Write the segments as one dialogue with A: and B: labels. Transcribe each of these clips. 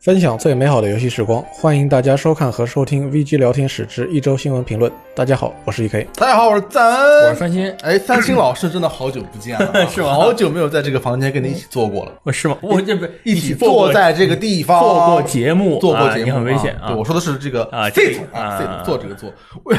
A: 分享最美好的游戏时光，欢迎大家收看和收听 VG 聊天室之一周新闻评论。大家好，我是 E EK。
B: 大家好，我是赞
C: 我是
B: 恩。
C: 三星，
B: 哎，三星老师真的好久不见了啊，
C: 是吗
B: 好久没有在这个房间跟你一起坐过 了，
C: 我是吗？我这不
B: 一
C: 起
B: 起
C: 做过
B: 坐在这个地方
C: 做过节目，
B: 做过
C: 啊
B: 节目，
C: 你很危险
B: 对，我说的是这个
C: 啊
B: sit
C: 这个
B: 啊
C: 啊
B: sit 坐这个坐。我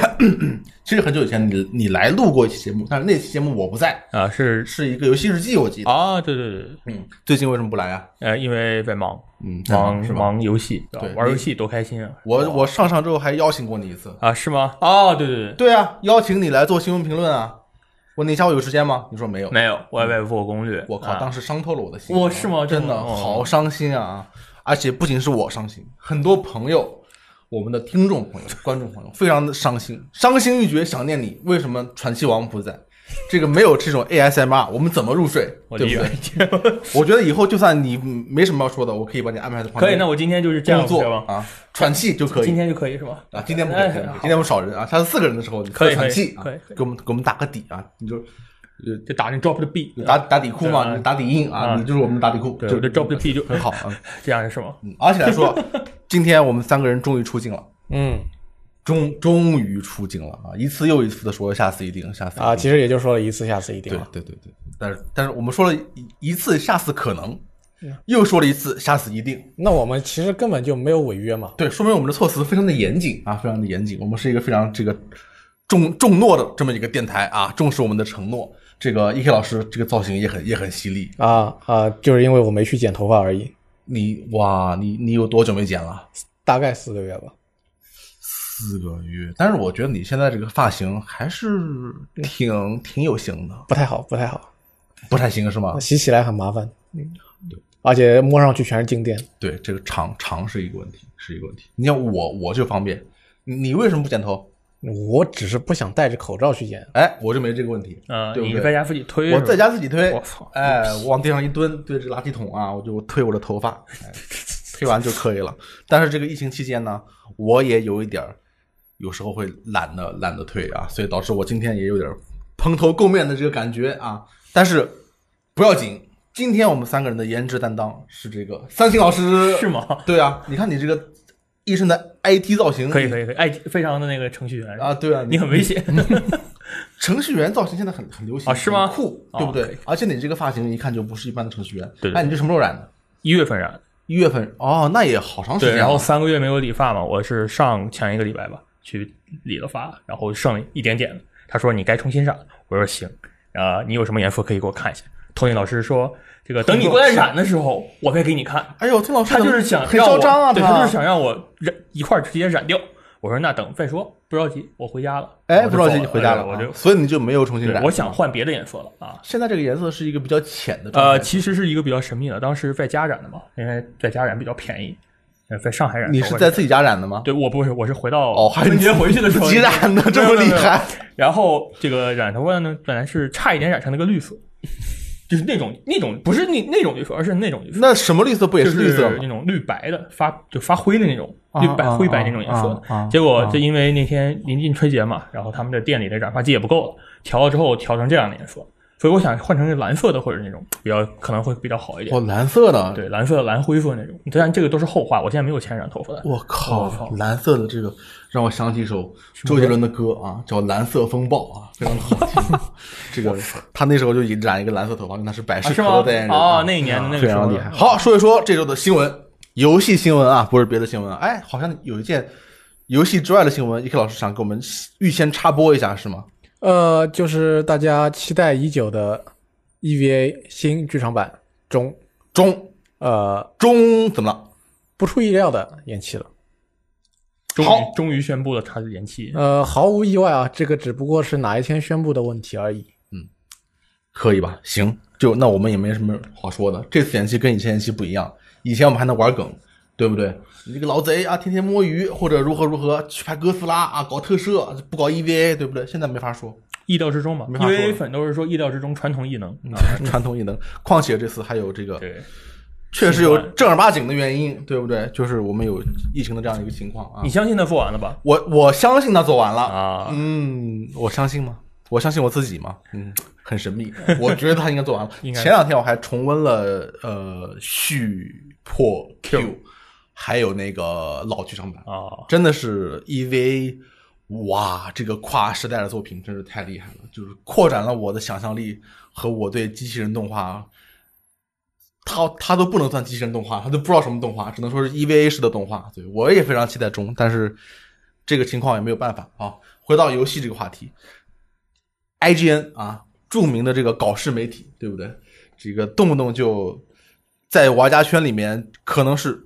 B: 其实很久以前你你来录过一期节目，但是那期节目我不在，
C: 啊是
B: 是一个游戏日记，我记得。
C: 啊，对对对，
B: 嗯，最近为什么不来啊？
C: 呃，因为在忙，
B: 嗯在忙
C: 忙
B: 是吧
C: 忙游戏，对吧
B: 对
C: 玩游戏多开心啊！
B: 我我上上周还邀请过你一次。
C: 啊是吗？哦，对对对，
B: 对啊，邀请你来做新闻评论啊。我那下午有时间吗？你说没有。
C: 没有，我也在做攻略。
B: 嗯我靠，
C: 啊
B: 当时伤透了我的心。
C: 我是吗
B: 真的
C: 真的哦
B: 好伤心啊！而且不仅是我伤心，很多朋友，我们的听众朋友、观众朋友，非常的伤心，伤心欲绝，想念你。为什么传奇王不在？这个没有这种 ASMR，我们怎么入睡？
C: 我
B: 对
C: 理
B: 不对？
C: 解，
B: 我觉得以后就算你没什么要说的，我可以把你安排在旁边。
C: 可以，那我今天就是这样
B: 工作
C: 是吧？
B: 啊，喘气就可以
C: 今。天就可以是吧？
B: 啊，今天不可以，
C: 哎
B: 今天不可以
C: 好
B: 今天我们少人啊，下次四个人的时候你
C: 可以
B: 喘
C: 可以
B: 气啊
C: 可以可，以
B: 给我们给我们打个底啊，你就
C: 就打那 drop the beat，
B: 打打底裤嘛，
C: 对啊
B: 你打底音啊，
C: 啊
B: 你就是我们的打底裤，
C: 对
B: 就
C: 我这 drop the beat 就
B: 很好啊。
C: 这样是吗？
B: 嗯而且来 说，今天我们三个人终于出镜了，
A: 嗯，
B: 终终于出镜了啊！一次又一次的说下次一定，下次
A: 啊，
B: 一
A: 其实也就说了一次，下次一定啊
B: 定
A: 了。
B: 对对对对。但是但是我们说了一一次，下次可能，
C: 啊
B: 又说了一次，下次一定。
A: 那我们其实根本就没有违约嘛。
B: 对，说明我们的措辞非常的严谨啊，非常的严谨。我们是一个非常这个重重诺的这么一个电台啊，重视我们的承诺。这个 E K 老师这个造型也很也很犀利。
A: 啊啊，就是因为我没去剪头发而已，
B: 你哇，你你有多久没剪了？
A: 大概四个月吧。
B: 四个月。但是我觉得你现在这个发型还是挺挺有型的。
A: 不太好，不太好，
B: 不太行是吗？
A: 洗起来很麻烦。啊嗯，而且摸上去全是静电。
B: 对，这个长长是一个问题，是一个问题。你像我，我就方便，你你为什么不剪头？
A: 我只是不想戴着口罩去剪。
B: 哎，我就没这个问题，
C: 啊，
B: 对
C: 你
B: 不
C: 在
B: 对？
C: 家自己推是
B: 我
C: 吧，
B: 在家自己推，
C: 我操
B: 哎，我往地上一蹲，对着垃圾桶啊，我 就推我的头发，哎、推完就可以了。 但是这个疫情期间呢，我也有一点儿，有时候会懒得懒得推啊，所以导致我今天也有点儿蓬头垢面的这个感觉啊。但是不要紧，今天我们三个人的颜值担当是这个三星老师，
C: 是吗？
B: 对啊，你看你这个一身的 IT 造型，
C: 可以
B: 以
C: 可以可以，哎，非常的那个程序员
B: 啊，，对啊，
C: 你很危险，
B: 程序员造型现在很很流行
C: 啊是吗
B: 很酷，
C: 哦
B: 对不
C: 可
B: 对
C: 以？
B: 而且你这个发型一看就不是一般的程序员。
C: 对对
B: 哎，你这什么时候染的？
C: 一月份啊染的。
B: 一月份哦，那也好长时
C: 对，
B: 间了。
C: 然后三个月没有理发嘛，我是上前一个礼拜吧去理了发，然后剩一点点。他说你该重新染，我说行，啊、你有什么颜色可以给我看一下？托尼老师说，这个等你过来染的时候，我再给你看。
B: 哎呦，听老师
C: 他就是想
B: 很
C: 让我，
B: 嚣张啊，
C: 对他就是想让我染一块儿直接染掉。我说那等再说，不着急，我回家了。
B: 哎，
C: 我
B: 不
C: 就
B: 着急
C: 走
B: 你回家了啊，
C: 我就
B: 所以你就没有重新
C: 对
B: 染
C: 我。想换别的颜色了啊。
B: 现在这个颜色是一个比较浅的状
C: 呃，
B: 态。
C: 其实是一个比较神秘的，当时在家染的嘛，因为在家染比较便宜，呃在上海染的
B: 你
C: 时候
B: 是
C: 会
B: 在自己家染的吗？
C: 对，我不是，我是回到
B: 哦还是
C: 春节回去的时候
B: 自己染的这么厉。
C: 没有没有没有
B: 害，
C: 然后这个染头发呢，本来是差一点染成了个绿色，就是那种那种不是那那种绿色，而是那种绿色，
B: 那什么绿色不也
C: 就是
B: 绿色
C: 那
B: 吗？
C: 种绿白的发就发灰的那种
B: 啊
C: 绿白
B: 啊
C: 灰白那种颜色
B: 啊啊啊
C: 的。结果这因为那天临近春节嘛，然后他们的店里的染发剂也不够了，调了之后调成这样的颜色，所以我想换成是蓝色的或者那种比较可能会比较好一点
B: 哦，。蓝色的。
C: 对，蓝色、蓝灰色那种，但这个都是后话。我现在没有钱染头发了。
B: 我
C: 我
B: 靠
C: 靠，
B: 蓝色的这个让我想起一首周杰伦的歌啊，叫《蓝色风暴》啊，非常的好听。 这个他那时候就已染一个蓝色头发，因为他是百事
C: 啊
B: 可
C: 是
B: 乐
C: 吗
B: 代言？人啊
C: 哦，那一年的那个
B: 非
C: 时候
B: 常厉害。好，说一说这周的新闻，游戏新闻啊，不是别的新闻啊。哎，好像有一件游戏之外的新闻，E K 老师想给我们预先插播一下，是吗？
A: 呃，就是大家期待已久的 EVA 新剧场版中，
B: 中
A: 呃，
B: 中怎么了？
A: 不出意料的延期了。
C: 终
B: 好
C: 于终于宣布了它的延期。
A: 呃，毫无意外啊，这个只不过是哪一天宣布的问题而已。
B: 可以吧？行，就那我们也没什么好说的。这次延期跟以前延期不一样，以前我们还能玩梗，对不对？你这个老贼啊，天天摸鱼或者如何如何去拍哥斯拉啊，搞特摄不搞 EVA，对不对？现在没法说，
C: 意料之中嘛，
B: 没法
C: 因
B: 说嗯
C: 为粉都是说意料之中，传统异能。啊
B: 传统异能。况且这次还有这个，
C: 对，
B: 确实有正儿八经的原因，对不对？就是我们有疫情的这样一个情况啊
C: 你。相信他做完了吧？
B: 我我相信他做完了，
C: 啊，
B: 嗯，我相信吗？我相信我自己吗？嗯，很神秘。 我觉得 他应该做完了。
C: 应该
B: 前两天我还重温了呃《续破 Q》，还有那个老剧场版，
C: 啊，
B: 真的是 EVA，哇，这个跨时代的作品真是太厉害了，就是扩展了我的想象力和我对机器人动画，它它都不能算机器人动画，它都不知道什么动画，只能说是 EVA 式的动画。对我也非常期待中，但是这个情况也没有办法啊。回到游戏这个话题，IGN 啊，著名的这个搞事媒体，对不对？这个动不动就在玩家圈里面可能是。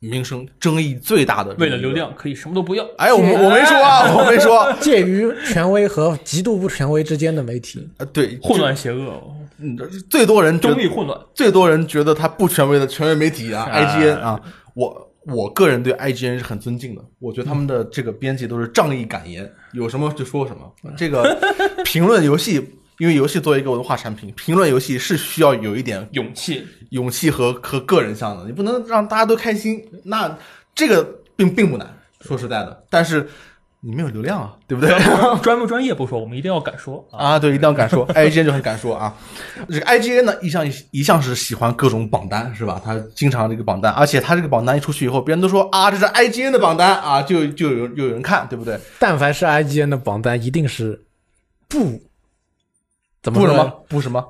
B: 名声争议最大的这么
C: 为
B: 一个，
C: 了流量可以什么都不要。
B: 哎，我我没说 啊，我没说。
A: 介于权威和极度不权威之间的媒体，
B: 呃，对，
C: 混乱邪恶，
B: 嗯最多人觉
C: 中立混乱。
B: 最多人觉得他不权威的权威媒体啊
C: 啊
B: ，IGN 啊，我我个人对 IGN 是很尊敬的，我觉得他们的这个编辑都是仗义敢言，有什么就说什么。这 个评论游戏，因为游戏作为一个文化产品，评论游戏是需要有一点
C: 勇气，
B: 勇气和和个人向的，你不能让大家都开心。那这个并并不难，说实在的，但是你没有流量啊， 对不对？
C: 专不专业不说，我们一定要敢说啊！
B: 啊，对，一定要敢说，IGN 就很敢说啊。这个 IGN 呢，一向一向是喜欢各种榜单，是吧？他经常这个榜单，而且他这个榜单一出去以后，别人都说啊，这是 IGN 的榜单啊，就就有有人看，对不对？
A: 但凡是 IGN 的榜单，一定是不怎么说
B: 不什
A: 呢
B: 么不什么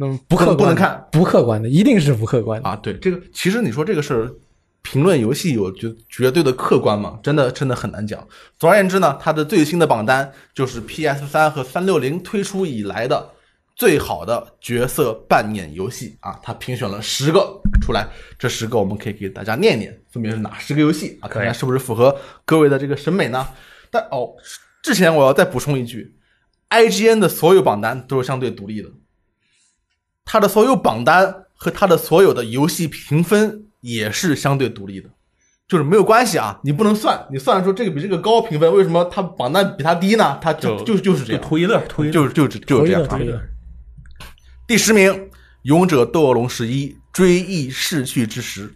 A: 嗯，不
B: 不
A: 客观
B: 能不能
A: 的
B: 看，
A: 不客观的，一定是不客观的。
B: 啊，对，这个其实你说这个事儿，评论游戏有绝绝对的客观吗？真的真的很难讲。总而言之呢，它的最新的榜单就是 PS 三和三六零推出以来的最好的角色扮演游戏啊，它评选了十个出来，这十个我们可以给大家念念，分别是哪十个游戏啊？看看
C: 可以
B: 是不是符合各位的这个审美呢？但哦，之前我要再补充一句，IGN 的所有榜单都是相对独立的，它的所有榜单和它的所有的游戏评分也是相对独立的，就是没有关系啊，你不能算，你算出这个比这个高评分，为什么它榜单比它低呢？它就就就是这样，
C: 图一乐，图一乐，
B: 就是就是就是这样
A: 同
B: 啊
A: 意。的
B: 第十名，《勇者斗恶龙十一》追忆逝去之时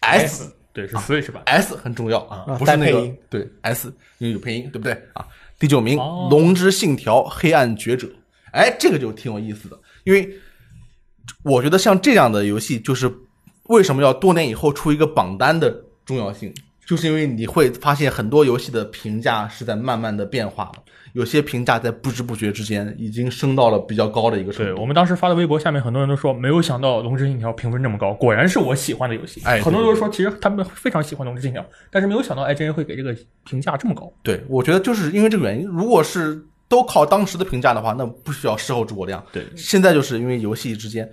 B: ，S
C: 哎
B: 啊
C: 对，是 Switch 版。
B: S 很重要啊
A: 啊，
B: 不是那
A: 带
B: 个
A: 配音
B: 对 S，因为有配音，对不对啊？第九名，
C: 哦
B: 《龙之信条：黑暗觉者》，哎，这个就挺有意思的，因为我觉得像这样的游戏，就是为什么要多年以后出一个榜单的重要性，就是因为你会发现很多游戏的评价是在慢慢的变化了，有些评价在不知不觉之间已经升到了比较高的一个程
C: 对
B: 度。
C: 我们当时发的微博下面，很多人都说没有想到《龙之信条》评分这么高，果然是我喜欢的游戏。
B: 哎
C: 很多
B: 对
C: 人都说其实他们非常喜欢《龙之信条》，但是没有想到 IGN 会给这个评价这么高。
B: 对，我觉得就是因为这个原因，如果是都靠当时的评价的话，那不需要事后诸葛亮。
C: 对
B: 现在就是因为游戏之间，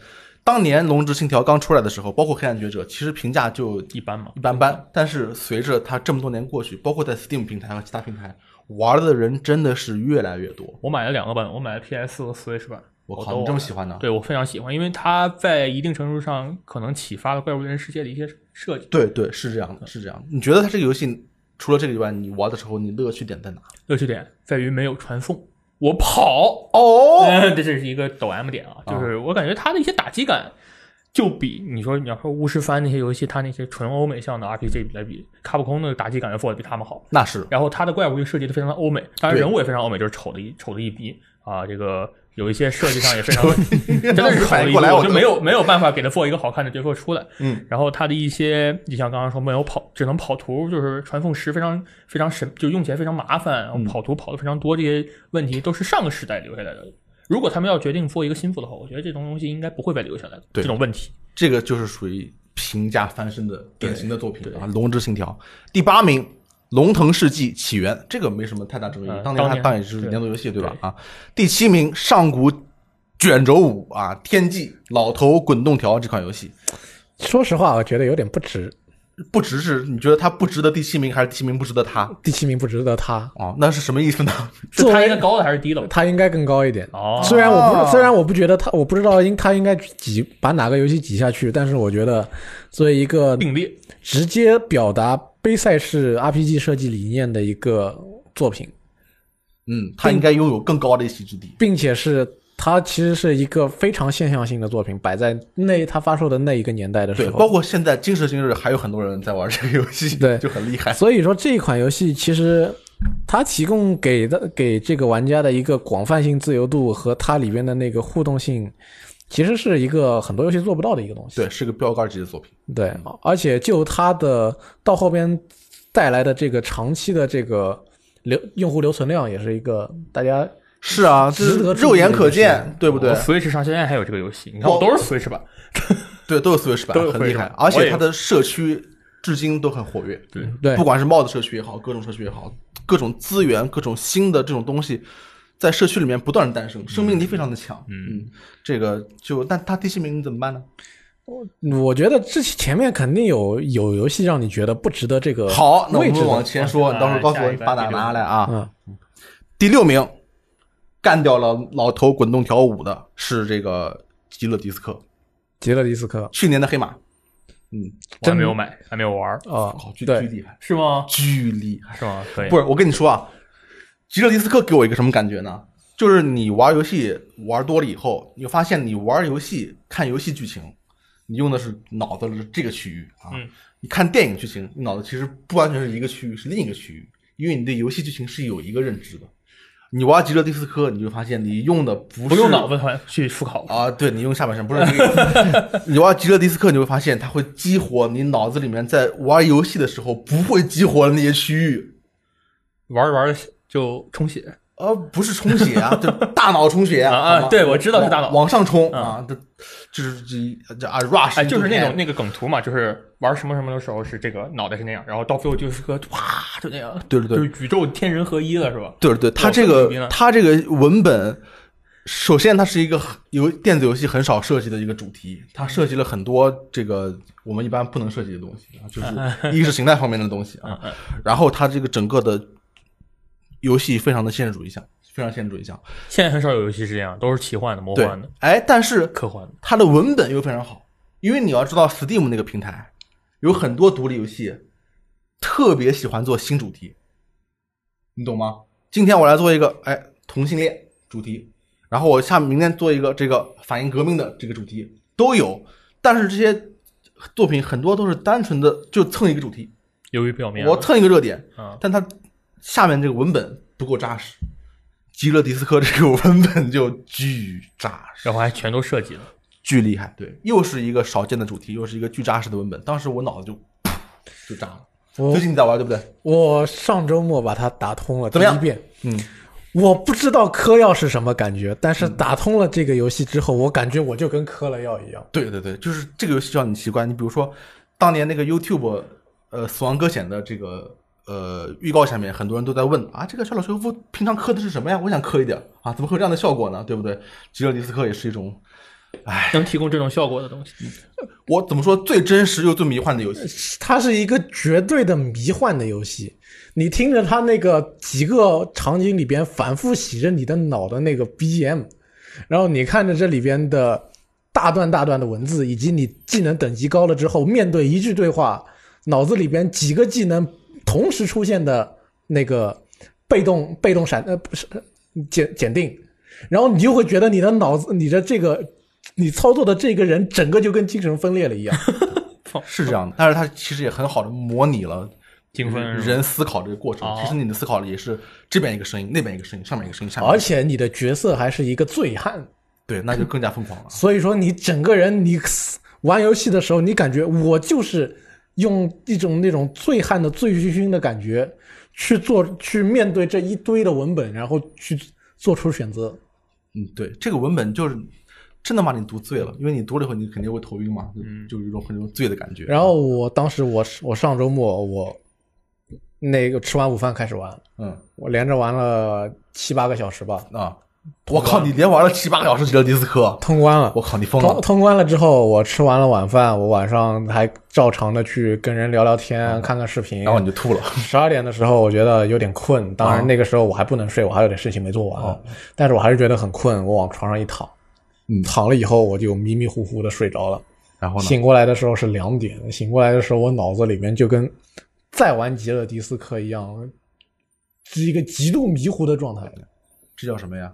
B: 当年《龙之信条》刚出来的时候，包括《黑暗觉者》，其实评价就
C: 一般嘛
B: 一。般般。但是随着它这么多年过去，包括在 Steam 平台和其他平台，玩的人真的是越来越多。
C: 我买了两个版，我买了 PS 和 Switch 版。
B: 我
C: 都
B: 靠，你这么喜欢呢？
C: 对我非常喜欢，因为它在一定程度上可能启发了怪物猎人世界的一些设计。
B: 对对，是这样的，是这样的。你觉得它这个游戏除了这个以外，你玩的时候你乐趣点在 哪？
C: 乐趣点在于没有传送，我跑，
B: 哦，
C: 嗯， 这是一个抖 M 点啊，就是我感觉它的一些打击感，就比你说你要说巫师三那些游戏，它那些纯欧美向的 RPG 比来比，卡普空的打击感要做的比他们好。
B: 那是
C: 然后它的怪物又设计的非常的欧美，当然
B: 对
C: 人物也非常欧美，就是丑的一丑的一逼啊，这个。有一些设计上 也非常的，真的是丑的一逼，
B: 过来我
C: 我就
B: 都
C: 没有没有办法给它做一个好看的角色出来。
B: 嗯，
C: 然后它的一些，你像刚刚说没有跑，只能跑图，就是传送石非常非常神，就用起来非常麻
B: 嗯
C: 烦，然后跑图跑的非常多，这些问题都是上个时代留下来的。如果他们要决定做一个新服的话，我觉得这种东西应该不会再留下来的
B: 对
C: 这种问题。
B: 这个就是属于评价翻身的典型的作品啊，《龙之信条》第八名，《龙腾世纪起源》这个没什么太大争议，
C: 嗯
B: 当年它
C: 当年
B: 当也是
C: 对
B: 年度游戏对吧？
C: 对
B: 啊，第七名，《上古卷轴五》啊，《天际》老头滚动条这款游戏，
A: 说实话，我觉得有点不值，
B: 不值是你觉得它不值得第七名，还是第七名不值得它？
A: 第七名不值得他，
B: 哦，那是什么意思呢？
C: 是
A: 作
C: 它
A: 为
C: 应该高的还是低的？
A: 他应该更高一点。
C: 哦，
A: 虽然我不，虽然我不觉得他，我不知道应他应该挤把哪个游戏挤下去，但是我觉得作为一个
C: 并列，
A: 直接表达杯赛式 RPG 设计理念的一个作品，
B: 嗯，它应该拥有更高的一席之地。
A: 并且是它其实是一个非常现象性的作品，摆在那它发售的那一个年代的
B: 对，
A: 时
B: 包
A: 候。
B: 括现在今时今日还有很多人在玩这个游戏，
A: 对
B: 就很厉害。
A: 所以说这一款游戏其实它提供给的给这个玩家的一个广泛性自由度和它里边的那个互动性其实是一个很多游戏做不到的一个东西。
B: 对，是个标杆级的作品。
A: 对，而且就它的到后边带来的这个长期的这个留用户留存量，也是一个大家
B: 是啊，这
A: 值得注意
B: 肉眼
A: 的
B: 可
A: 游戏
B: 见，对不对
C: 我？Switch 哦上现在还有这个游戏，你看我
B: 我
C: 都是 Switch 版，
B: 对，都有 Switch 版
C: 都有，
B: 很厉
C: Switch
B: 害
C: 版，
B: 而
C: 我
B: 且
C: 也
B: 它的社区至今都很活跃。
C: 对，
A: 对
B: 不管是帽子社区也好，各种社区也好，各种资源、各种新的这种东西，在社区里面不断的诞生，生命力非常的强。嗯，这个就但它第七名怎么办呢？
A: 我觉得之前前面肯定有有游戏让你觉得不值得这个
B: 好，那
A: 呃
B: 我
A: 位置
B: 们
A: 的
B: 往前说，
C: 啊
B: 你到时候告诉
C: 下
B: 我
C: 一
B: 你
C: 个
B: 把哪
C: 第六
B: 拿来啊。
A: 嗯，
B: 第六名，干掉了老头滚动条舞的是这个极乐迪斯科，
A: 极乐迪斯科
B: 去年的黑马。嗯，
C: 我还
A: 真
C: 没有买，还没有玩儿，
A: 啊
B: 好，，巨巨
A: 对，
B: 厉害，
C: 是吗？
B: 巨厉害。
C: 是吗？可以，
B: 不是，我跟你说啊，极乐迪斯科给我一个什么感觉呢？就是你玩游戏玩多了以后，你会发现你玩游戏看游戏剧情，你用的是脑子的这个区域啊。
C: 嗯
B: 你看电影剧情，你脑子其实不完全是一个区域，是另一个区域，因为你对游戏剧情是有一个认知的。你玩极乐迪斯科，你就发现你用的不是
C: 不用脑子团去思考，
B: 啊，对你用下半身不是这个意思。你玩极乐迪斯科，你会发现它会激活你脑子里面在玩游戏的时候不会激活的那些区域。
C: 玩着玩着就充血，
B: 呃，不是充血啊，就大脑充血
C: 啊啊
B: 好吗
C: 对我知道是大脑嗯
B: 往往上冲啊，这就是这这啊 rush，
C: 哎，就是那
B: into
C: 种
B: hand
C: 那个梗图嘛，就是玩什么什么的时候是这个脑袋是那样，然后到最后就是个啪就那样，
B: 对对对
C: 就是宇宙天人合一了，是吧？
B: 对对，它
C: 哇
B: 这
C: 更牛逼
B: 个
C: 了
B: 它这个文本，首先它是一个很游电子游戏很少涉及的一个主题，它涉及了很多这个我们一般不能涉及的东西啊， 就是意识形态方面的东西啊，
C: 嗯
B: 然后它这个整个的游戏非常的现实主义向，非常现实主义向，
C: 现在很少有游戏是这样，都是奇幻的、魔
B: 对
C: 幻的、，
B: 哎，但是
C: 科幻的。
B: 它的文本又非常好，因为你要知道 Steam 那个平台有很多独立游戏，特别喜欢做新主题，你懂吗？今天我来做一个哎同性恋主题，然后我下明天做一个这个反映革命的这个主题都有，但是这些作品很多都是单纯的就蹭一个主题，
C: 由于表面，
B: 我蹭一个热点，
C: 嗯，
B: 但它下面这个文本不够扎实。极乐迪斯科这个文本就巨扎实，
C: 然后还全都设计了，
B: 巨厉害，对，又是一个少见的主题，又是一个巨扎实的文本，当时我脑子就 就炸了。
A: 我
B: 最近你在玩对不对？
A: 我上周末把它打通了，
B: 怎么样
A: 第一遍，
B: 嗯，
A: 我不知道嗑药是什么感觉，但是打通了这个游戏之后，我感觉我就跟嗑了药一样。
B: 对对对，就是这个游戏让你奇怪。你比如说，当年那个 YouTube 呃《死亡搁浅》的这个呃预告下面，很多人都在问啊，这个夏洛修夫平常磕的是什么呀？我想磕一点啊，怎么会有这样的效果呢？对不对？吉勒迪斯科也是一种，
C: 能提供这种效果的东西，
B: 我怎么说最真实又最迷幻的游戏？
A: 它是一个绝对的迷幻的游戏，你听着它那个几个场景里边反复洗着你的脑的那个 BGM，然后你看着这里边的大段大段的文字，以及你技能等级高了之后，面对一句对话，脑子里边几个技能同时出现的那个被动被动闪呃不是检检定，然后你就会觉得你的脑子你的这个你操作的这个人整个就跟精神分裂了一样。
B: 是这样的，但是它其实也很好的模拟了。
C: 精分是吧
B: 人思考这个过程，
C: 哦
B: 其实你的思考也是这边一个声音，那边一个声音，上面一个声音，下面一个声
A: 而
B: 音
A: 且你的角色还是一个醉汉，。
B: 对，那就更加疯狂了
A: 所以说你整个人你玩游戏的时候，你感觉我就是用一种那种醉汉的醉醺醺的感觉去做去面对这一堆的文本，然后去做出选择。
B: 嗯，对，这个文本就是真的把你读醉了，因为你读了以后，你肯定会头晕嘛，就
C: 嗯
B: 就是一种很有醉的感觉。
A: 然后我当时我是我上周末我那个吃完午饭开始玩，
B: 嗯
A: 我连着玩了七八个小时吧，
B: 啊，我靠，你连玩了七八个小时《极乐迪斯科》，
A: 通关了。
B: 我靠，你疯
A: 通
B: 了！
A: 通关了之后，我吃完了晚饭，我晚上还照常的去跟人聊聊天，看看视频，
B: 然后你就吐了。
A: 十二点的时候，我觉得有点困，当
B: 啊哦
A: 然那个时候我还不能睡，我还有点事情没做完，但是我还是觉得很困，我往床上一躺，
B: 嗯哦
A: 躺了以后我就迷迷糊糊的睡着了，
B: 然后呢？
A: 醒过来的时候是两点，醒过来的时候我脑子里面就跟在玩极乐迪斯科一样，是一个极度迷糊的状态，
B: 这叫什么呀？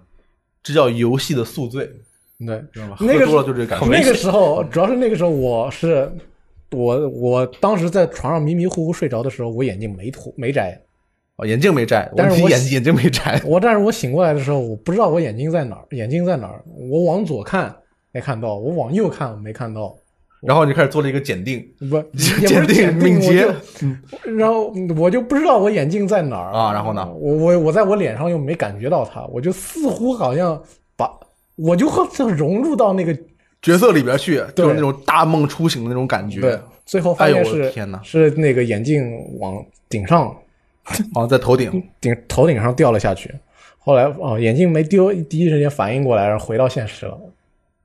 B: 这叫游戏的宿醉，
A: 对，
B: 知道吗？
A: 那个
B: 喝多了就这个感觉。
A: 那个时候主要是那个时候我是。我我当时在床上迷迷糊糊睡着的时候，我眼睛没脱没摘，
B: 哦眼镜没摘，
A: 但是
B: 我
A: 我
B: 眼眼镜没摘。
A: 我但是我醒过来的时候，我不知道我眼睛在哪儿，眼睛在哪儿。我往左看，没看到，我往右看我没看到，
B: 然后你开始做了一个检定，
A: 不 也不是
B: 鉴定敏捷
A: 我就然后我就不知道我眼镜在哪儿
B: 啊然后呢
A: 我我我在我脸上又没感觉到它，我就似乎好像把我就好像融入到那个
B: 角色里边去，
A: 对
B: 就是那种大梦初醒的那种感觉，
A: 对，最后发
B: 哎
A: 现
B: 呦我的
A: 是、
B: 天哪
A: 是那个眼镜往顶上
B: 好啊像在头顶。
A: 顶头顶上掉了下去。后来哦，眼镜没丢，第一时间反应过来，然后回到现实了。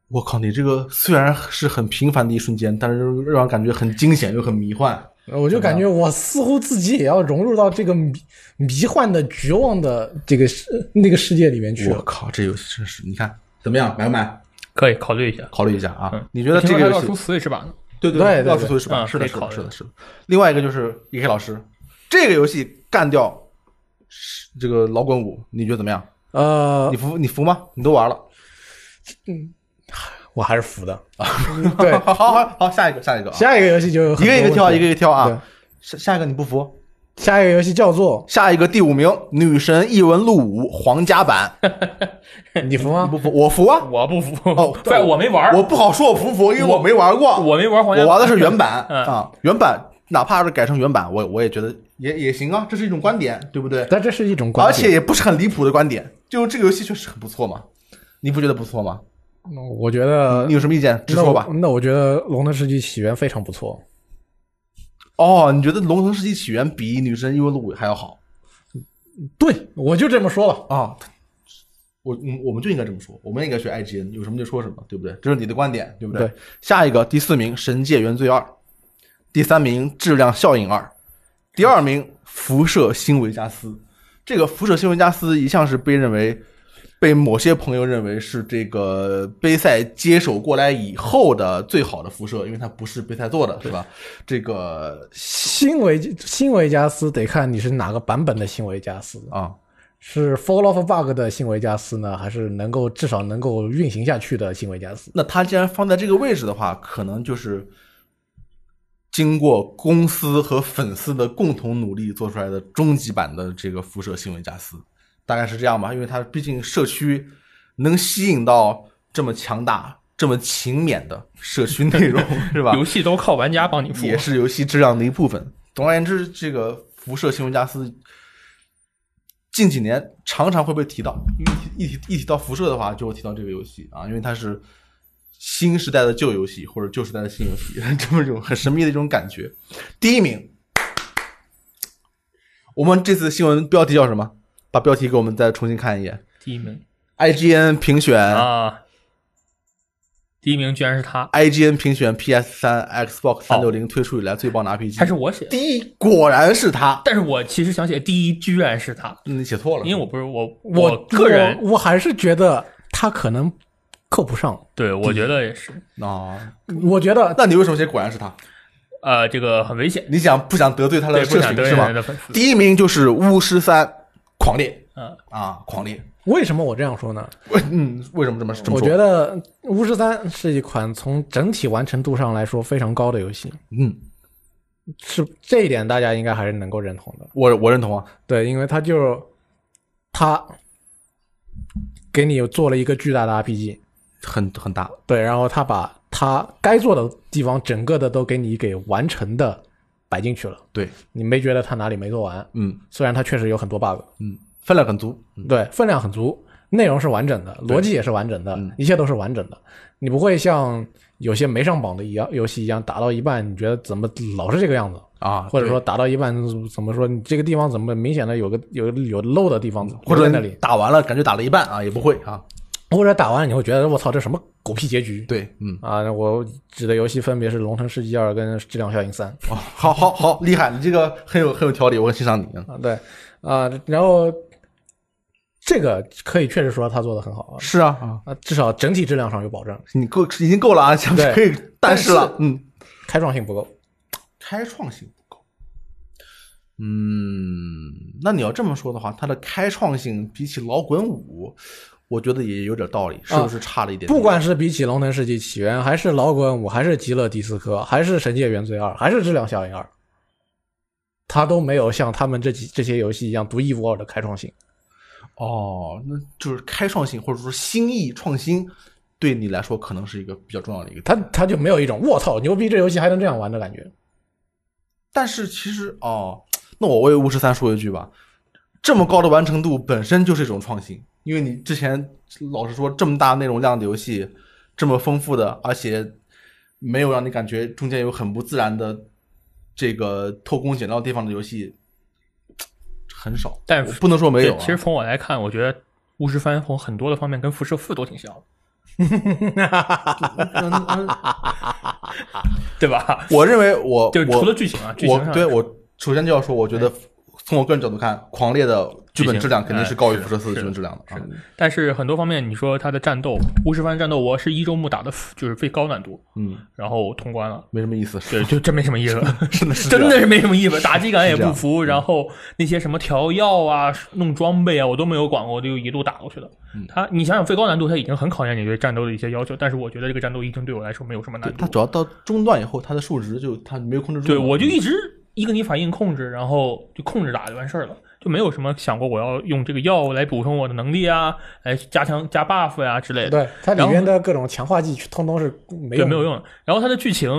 B: 我靠，你这个虽然是很平凡的一瞬间，但是让人感觉很惊险又很迷幻。
A: 我就感觉我似乎自己也要融入到这个迷迷幻的、绝望的这个世那个世界里面去
B: 我
A: 了。
B: 靠，这游戏真是，你看怎么样，买不买？
C: 可以考虑一下。
B: 考虑一下啊。
C: 嗯
B: 你觉得
C: 我听
B: 这
C: 说
B: 个游
C: 它要
B: 戏
C: 出 Switch 版了？
B: 对对
A: 对对
B: 要
A: 对
B: 出 Switch 版，
C: 嗯
B: 是的，
C: 可以
B: 是
C: 考
B: 的，
C: 虑
B: 是的，是的。另外一个就是 E.K 老师，这个游戏干掉是这个老滚五，你觉得怎么样？
A: 呃
B: 你，服你服吗？你都玩了，
A: 我还是服 的。对，
B: 好好好好，下一个下一个啊，
A: 下一个游戏就有
B: 一
A: 很多
B: 个
A: 问题
B: 一个挑啊，一个一个挑
A: 对
B: 啊。下下一个你不服？
A: 下一个游戏叫做
B: 下一个第五名《女神异闻录五》皇家 版，
A: 你服
B: 你
A: 吗？
B: 不服？我服啊！
C: 我不服，
B: 哦
C: 对，我没玩儿，
B: 我不好说我服不服，因为我没玩过，
C: 我没玩儿皇家
B: 我
C: 版，
B: 玩的是原版
C: 嗯
B: 啊，原版哪怕是改成原版，我我也觉得也也行啊，这是一种观点，对不对？
A: 但这是一种
B: 而
A: 关系，
B: 且也不是很离谱的观点，就这个游戏确实很不错嘛，你不觉得不错吗？
A: 我觉得
B: 你有什么意见？直
A: 那
B: 说
A: 我
B: 吧。
A: 那我觉得《龙的世纪起源》非常不错。
B: 哦，你觉得《龙腾世纪起源》比《女神异闻录五》还要好
A: 对，我就这么说了。
B: 啊？我嗯我们就应该这么说，我们应该学 IGN，有什么就说什么，对不对？这是你的观点，对不对？
A: 对
B: 下一个第四名《神界原罪二》，第三名《质量效应二》，第二名《辐射新维加斯》。这个《辐射新维加斯》一向是被认为，被某些朋友认为是这个杯赛接手过来以后的最好的辐射，因为它不是杯赛做的，是吧？这个
A: 新维新维加斯得看你是哪个版本的新维加斯，
B: 啊。
A: 是 Fall of Bug 的新维加斯呢，还是能够至少能够运行下去的新维加斯？
B: 那它既然放在这个位置的话，可能就是经过公司和粉丝的共同努力做出来的终极版的这个辐射新维加斯，大概是这样吧。因为它毕竟社区能吸引到这么强大、这么勤勉的社区内容， 是吧？
C: 游戏都靠玩家帮你服，
B: 也是游戏质量的一部分。总而言之，这个辐射新闻加斯近几年常常会被提到，因为一提一提到辐射的话，就会提到这个游戏啊，因为它是新时代的旧游戏或者旧时代的新游戏， 这么一种很神秘的一种感觉。第一名，我们这次新闻标题叫什么？把标题给我们再重新看一眼。
C: 第一名
B: IGN 评选、
C: 啊，第一名居然是他，
B: i g n 评选 PS 三、Xbox 三六零推出以来最棒的 RPG，
C: 还是我写的，
B: 第一果然是他。
C: 但是我其实想写第一居然是他，
B: 嗯你写错了，
C: 因为我不是我
A: 我
C: 个人
A: 我我还是觉得他可能扣不上。
C: 对我觉得也是，
B: 哦，
A: 我觉得
B: 那你为什么写果然是他？
C: 呃，这个很危险，
B: 你想不想得罪他
C: 对
B: 的
C: 不
B: 社
C: 想
B: 群
C: 得
B: 是
C: 罪人
B: 吗？
C: 的粉丝，
B: 第一名就是巫师三，狂烈
C: 嗯，
B: 啊，狂烈。
A: 为什么我这样说呢？
B: 为嗯，为什么这么这么说？
A: 我觉，得《巫师三》是一款从整体完成度上来说非常高的游戏，
B: 嗯，
A: 是这一点大家应该还是能够认同的。
B: 我我认同啊。
A: 对，因为它就是它给你做了一个巨大的 RPG，
B: 很很大，
A: 对，然后他把他该做的地方整个的都给你给完成的摆进去了，
B: 对，
A: 你没觉得他哪里没做完？
B: 嗯
A: 虽然它确实有很多 bug，
B: 嗯，分量很足，
A: 对，分量很足，内容是完整的，逻辑也是完整
B: 嗯
A: 的，一切都是完整的。你不会像有些没上榜的一样游戏一样，打到一半你觉得怎么老是这个样子，
B: 啊，
A: 或者说打到一半嗯怎么说你这个地方怎么明显的有个有有漏的地方，
B: 嗯或
A: 不在
B: 者
A: 那
B: 你
A: 里，
B: 打完了感觉打了一半啊，也不会啊，
A: 或者打完你会觉得我操这什么狗屁结局。
B: 对，嗯，
A: 啊，那我指的游戏分别是《龙腾世纪二》跟《质量效应三》。
B: 哦，好好好，厉害，你这个很有很有条理，我很欣赏你。嗯
A: 啊，对，啊、然后这个可以确实说他做的很好
B: 是啊，啊，
A: 啊，啊，至少整体质量上有保证，
B: 你够已经够了啊，想
A: 对
B: 可以，但
A: 但
B: 是了，嗯，
A: 开创性不够。
B: 开创性不够。嗯，那你要这么说的话，它的开创性比起老滚五，我觉得也有点道理，是啊不是差了一点点？
A: 不管是比起《龙腾世纪起源》，还是《老滚五》，还是《极乐迪斯科》，还是《神界原罪二》，还是《质量效应二》，它都没有像他们这几这些游戏一样独一无二的开创性。
B: 哦，那就是开创性或者说新意创新，对你来说可能是一个比较重要的一个点。
A: 他他就没有一种我操牛逼，这游戏还能这样玩的感觉。
B: 但是其实哦，那我为巫师三说一句吧，这么高的完成度本身就是一种创新，因为你之前老实说这么大内容量的游戏，这么丰富的，而且没有让你感觉中间有很不自然的这个偷工减料地方的游戏很少，
C: 但
B: 我不能说没有、
C: 对
B: 啊。
C: 其实从我来看，我觉得巫师三从很多的方面跟辐射四都 挺像的，
B: 嗯嗯
C: 对吧？
B: 我认为我
C: 就是
B: 我
C: 除了剧情啊，剧情
B: 我
C: 上
B: 对我首先就要说，我觉得从我个人角度看，《狂猎》的剧本质量肯定是高于《辐射四》的剧本质量的啊。
C: 但哎是很多方面，你说它的战斗，巫师番战斗，我是一周目打的，就是最高难度，
B: 嗯，
C: 然后通关 了。
B: 没什么意思，
C: 对，就真没什么意思，
B: 真的是这
C: 真
B: 样
C: 的是没什么意 思，打击感也
B: 是这
C: 不
B: 样
C: 服，然后那些什么调药啊、弄装备啊，我都没有管过，我就一路打过去了。它，你想想最高难度，它已经很考验你对战斗的一些要求，但是我觉得这个战斗已经对我来说没有什么难
B: 它
C: 度。
B: 主要到中段以后，它的数值就它没有控制住嘛。嗯
C: 对我就一直一个你反应控制，然后就控制打就完事儿了，就没有什么想过我要用这个药来补充我的能力啊，来加强加 buff 呀、之类的。
A: 对，它里
C: 然后
A: 面的各种强化剂通通是没
C: 对，
A: 有
C: 没有用的。然后它的剧情，